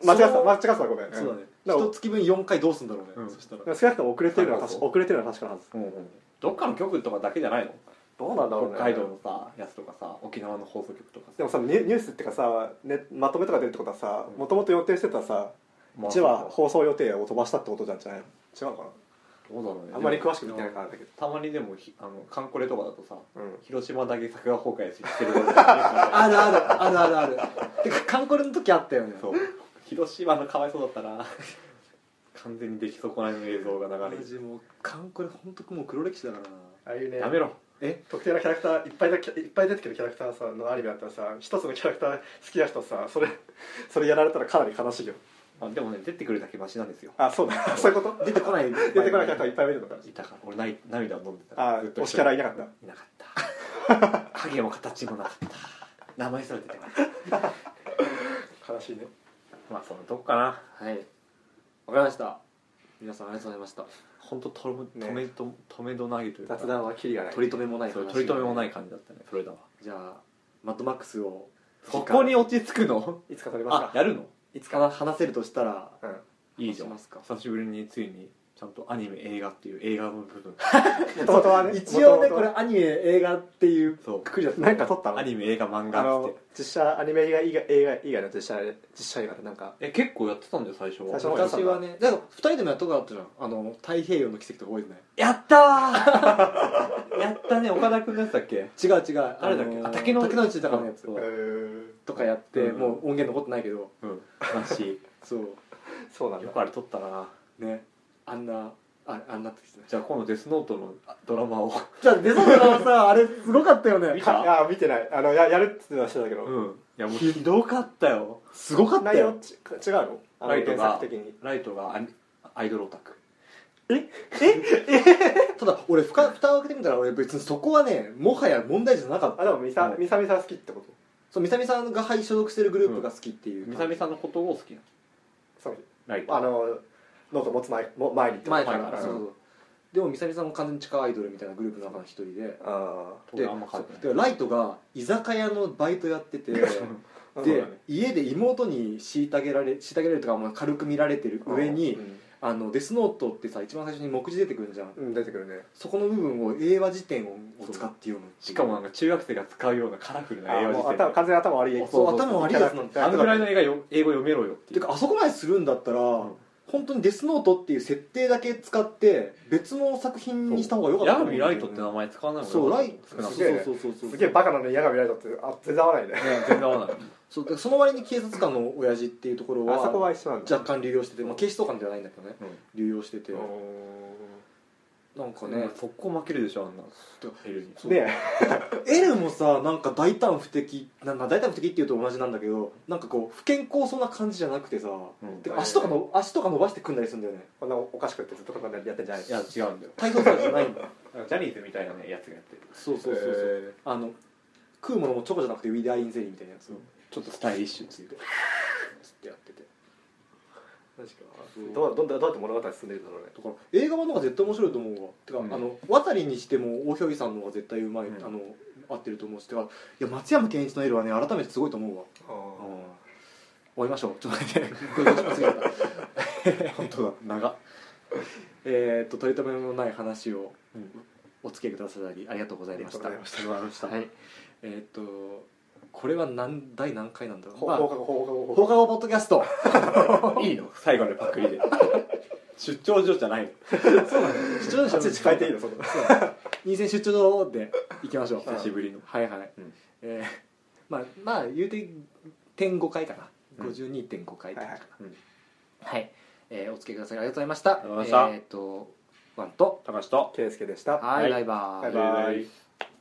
[SPEAKER 3] 間違って
[SPEAKER 1] そ
[SPEAKER 3] た
[SPEAKER 1] う
[SPEAKER 3] 間違ってたごめん
[SPEAKER 1] そうだね
[SPEAKER 3] だから
[SPEAKER 1] 一月分4回どうすんだろうね、
[SPEAKER 2] うん
[SPEAKER 1] そしたら
[SPEAKER 3] 少なくとも遅れてるのは確か遅れてるのは確かなはず
[SPEAKER 2] うんうんどっかの局とかだけじゃないの
[SPEAKER 3] どうなんだろうね
[SPEAKER 2] 北海道のさやつとかさ沖縄の放送局とか
[SPEAKER 3] で
[SPEAKER 2] さ
[SPEAKER 3] もさニュニュースってかさ、ね、まとめとか出るってことはさもともと予定してたさ
[SPEAKER 2] まあ
[SPEAKER 3] 1話放送予定を飛ばしたってことじゃんじゃないの違うか
[SPEAKER 2] どうだろうね
[SPEAKER 3] なあんまり
[SPEAKER 2] でも
[SPEAKER 3] 詳しく見てないからだけど
[SPEAKER 2] たまにでもひあのカンコレとかだとさ
[SPEAKER 3] うん
[SPEAKER 2] 広島だけ作画崩壊してる
[SPEAKER 1] あるあるあるあるあるてかカンコレの時あったよね
[SPEAKER 2] そう広島のかわいそうだったら完全に出来損ないの映像が流れ
[SPEAKER 1] マジもうカンコレ本当もう黒歴史だからな
[SPEAKER 5] ああいうね
[SPEAKER 2] やめろ
[SPEAKER 5] 特定のキャラクターいっぱいだいっぱい出てくるキャラクターさのアニメだったらさ一つのキャラクター好きな人さそれ
[SPEAKER 3] それやられたらかなり悲しいよ
[SPEAKER 2] あでもね出てくるだけマシなんですよ
[SPEAKER 3] あそうだそういうこと
[SPEAKER 1] 出てこない出
[SPEAKER 3] 出てこないキ
[SPEAKER 1] か
[SPEAKER 3] ャラクターいっぱい見るのか
[SPEAKER 2] いたから俺ない涙を飲んでたから
[SPEAKER 3] あ
[SPEAKER 2] ずっと
[SPEAKER 3] 推
[SPEAKER 2] 一
[SPEAKER 3] し
[SPEAKER 2] 人
[SPEAKER 3] キャラいなかった
[SPEAKER 2] いなかった影も形もなかった名前すら出てこない
[SPEAKER 5] 悲しいね
[SPEAKER 2] まあそのとこかな
[SPEAKER 1] はいわかりました皆さんありがとうございました
[SPEAKER 2] 本当とろ
[SPEAKER 3] ね
[SPEAKER 2] 止めと止めどなぎというか
[SPEAKER 3] 雑談はキリがない
[SPEAKER 1] 取り留めもない
[SPEAKER 2] そ
[SPEAKER 1] 話
[SPEAKER 2] う取り留めもない感じだったねそれだわ
[SPEAKER 1] じゃあマッドマックスを
[SPEAKER 2] そこに落ち着くの
[SPEAKER 3] いつか撮ります
[SPEAKER 2] あ
[SPEAKER 3] か
[SPEAKER 2] やるの
[SPEAKER 1] いつから話せるとしたら
[SPEAKER 3] うん
[SPEAKER 2] いいじゃ
[SPEAKER 1] 話
[SPEAKER 2] ん
[SPEAKER 1] しますか
[SPEAKER 2] 久しぶりについにちゃんとアニメ映画っていう映画の部分
[SPEAKER 3] 元々はね
[SPEAKER 1] 一応ねこ
[SPEAKER 3] 元々
[SPEAKER 1] れ
[SPEAKER 3] は
[SPEAKER 1] アニメ映画っていう
[SPEAKER 2] そう
[SPEAKER 1] くくりだった
[SPEAKER 3] なんか撮ったの
[SPEAKER 2] アニメ映画漫
[SPEAKER 3] あ
[SPEAKER 2] 画っつっ
[SPEAKER 3] の
[SPEAKER 2] て
[SPEAKER 3] 実写アニメ以外以外映画以外の実写実写映画でなんか
[SPEAKER 2] え結構やってたんだよ最初は
[SPEAKER 3] 最初の方
[SPEAKER 1] 昔はねだから2人でもやっとこあったじゃんあの太平洋の奇跡とか覚えてない
[SPEAKER 2] やった ーやったね岡田君のやつだっけ
[SPEAKER 1] 違う違う
[SPEAKER 2] 誰だっけ
[SPEAKER 1] あの
[SPEAKER 2] あ竹野
[SPEAKER 1] 竹野内豊のやつ
[SPEAKER 2] そう
[SPEAKER 1] とかやって、
[SPEAKER 2] うん
[SPEAKER 1] もう音源残ってないけど
[SPEAKER 2] うんらし
[SPEAKER 1] そう
[SPEAKER 3] そうなん
[SPEAKER 2] いよ
[SPEAKER 3] だ
[SPEAKER 2] くあれ撮ったな
[SPEAKER 1] ねあんなああんなってきてない
[SPEAKER 2] じゃあ今度デスノートのドラマを
[SPEAKER 1] じゃあデザートのさあれすごかったよね
[SPEAKER 2] 見た
[SPEAKER 3] あ見てないあのややるってのはしてたけど、
[SPEAKER 2] うんいやもうひどかったよ
[SPEAKER 1] すごかった
[SPEAKER 3] 内容
[SPEAKER 1] よ
[SPEAKER 3] ち違うのあの
[SPEAKER 2] ライト
[SPEAKER 3] 原
[SPEAKER 2] が
[SPEAKER 3] 作的に
[SPEAKER 2] ライトがアニアイドルオタク
[SPEAKER 1] ただ俺ふか蓋を開けてみたら俺別にそこはねもはや問題じゃなかっ
[SPEAKER 3] あ
[SPEAKER 1] た
[SPEAKER 3] でもミサ
[SPEAKER 2] うん
[SPEAKER 3] ミサミサ好きってこと
[SPEAKER 1] そうみさみさんがはい所属してるグループが好きっていう、
[SPEAKER 2] みさみさんのことを好きな
[SPEAKER 3] その
[SPEAKER 2] のライト
[SPEAKER 3] あのノート持つ前も前にってこ
[SPEAKER 1] 前
[SPEAKER 3] と
[SPEAKER 1] から
[SPEAKER 2] 前から
[SPEAKER 1] そうそうでもミサミさんも完全に地下アイドルみたいなグループの中の一人で
[SPEAKER 3] あ
[SPEAKER 1] で
[SPEAKER 2] あんま変わって
[SPEAKER 1] でライトが居酒屋のバイトやって て
[SPEAKER 3] あ
[SPEAKER 1] で、家で妹に虐げられ虐げられるとかまあ軽く見られてる上にあのデスノートってさ一番最初に目次出てくるじゃん
[SPEAKER 3] うん、出てくるね
[SPEAKER 1] そこの部分を英和辞典を使って読むっていう
[SPEAKER 2] しかもなんか中学生が使うようなカラフルな
[SPEAKER 3] あ
[SPEAKER 2] 英
[SPEAKER 3] ー
[SPEAKER 2] 和
[SPEAKER 3] も
[SPEAKER 2] 辞
[SPEAKER 3] う
[SPEAKER 2] 典
[SPEAKER 3] 頭完全に頭悪い
[SPEAKER 1] そう頭悪いやつなんだ
[SPEAKER 2] あのぐらいの映画よ英語読めろよって
[SPEAKER 1] て
[SPEAKER 2] い
[SPEAKER 1] いううかあそこまでするんだったら、
[SPEAKER 2] ん
[SPEAKER 1] 本当にデスノートっていう設定だけ使って別の作品にした方が良かった
[SPEAKER 2] ヤ
[SPEAKER 1] と
[SPEAKER 2] ー
[SPEAKER 1] 思う
[SPEAKER 2] ミ
[SPEAKER 1] ん
[SPEAKER 2] ラ
[SPEAKER 1] だ
[SPEAKER 2] イ
[SPEAKER 1] よね
[SPEAKER 2] トって名前使わないもん
[SPEAKER 1] そうライ
[SPEAKER 2] 少なく
[SPEAKER 1] そ
[SPEAKER 2] と
[SPEAKER 1] う
[SPEAKER 2] も
[SPEAKER 3] ね
[SPEAKER 1] そうそうそう
[SPEAKER 3] すげえバカなのに矢が見られたってあ全然合わないね
[SPEAKER 2] 全然合わない
[SPEAKER 1] そうだからその割に警察官の親父っていうところは
[SPEAKER 3] あそこは一緒なんだ
[SPEAKER 1] 若干流用してて、まあ、警視総監じゃないんだけどね
[SPEAKER 2] うん
[SPEAKER 1] 流用してて
[SPEAKER 3] う
[SPEAKER 1] なんか
[SPEAKER 2] ね
[SPEAKER 1] ね、
[SPEAKER 2] 速攻負けるでしょあんな
[SPEAKER 1] てか
[SPEAKER 2] L に
[SPEAKER 3] んねえ
[SPEAKER 1] エルもさなんか大胆不敵なんか大胆不敵っていうと同じなんだけどなんかこう不健康そうな感じじゃなくてさ、
[SPEAKER 2] うん
[SPEAKER 1] てか足とかの足とか伸ばして組んだりするんだよね
[SPEAKER 3] こんなおかしくってずっとこんなのやってんじゃない
[SPEAKER 2] いや違うんだよ
[SPEAKER 1] 体操さじゃないんだ
[SPEAKER 2] なんかジャニーズみたいなねやつがやってる
[SPEAKER 1] そうそうそうそう、
[SPEAKER 3] へ
[SPEAKER 1] あの食うものもチョコじゃなくてウィダーインゼリーみたいなやつを
[SPEAKER 2] ちょっとスタイリッシュっていうか
[SPEAKER 1] つってやってて
[SPEAKER 3] マジか
[SPEAKER 1] そう
[SPEAKER 3] どうどんどうやって物語進んでるんだろうね
[SPEAKER 1] だから映画版の方が絶対面白いと思うわてか、
[SPEAKER 2] うん
[SPEAKER 1] あの渡りにしても大表さんの方が絶対うまい、
[SPEAKER 2] うん
[SPEAKER 1] あの合ってると思うしてかいや松山ケンイチのエルはね改めてすごいと思うわ、うん終わりましょうちょっと待ってこれ50分過ぎちゃった本当だ
[SPEAKER 2] 長っ
[SPEAKER 1] えーっと取り留めのない話を
[SPEAKER 2] うん
[SPEAKER 1] お付き合いくださりありがとうございました
[SPEAKER 3] ありがとうござ
[SPEAKER 1] ありがとうございましたはいえーっとこれは何第何回なんだろう、
[SPEAKER 3] 放
[SPEAKER 1] ま
[SPEAKER 3] 課
[SPEAKER 1] あ
[SPEAKER 3] 後放課後
[SPEAKER 1] 放課後ポッドキャスト
[SPEAKER 2] いいの最後のパクリで出張所じゃないの
[SPEAKER 1] 出張所
[SPEAKER 3] 立ち位置変えていいのその
[SPEAKER 1] 二千出張所で行きましょう
[SPEAKER 2] 久しぶりの
[SPEAKER 1] はいはい、
[SPEAKER 2] うん
[SPEAKER 1] えーまあまあ言うて点5回かな、
[SPEAKER 2] うん
[SPEAKER 1] 52.5回って感じか
[SPEAKER 2] うん
[SPEAKER 1] なはい、えーお付き合いくださりありがとうございました
[SPEAKER 2] りがとうございました
[SPEAKER 1] えーっとワンと
[SPEAKER 2] 高橋と
[SPEAKER 3] 圭介でした
[SPEAKER 1] はい、
[SPEAKER 2] はい
[SPEAKER 1] バイバーイ
[SPEAKER 3] バイバイ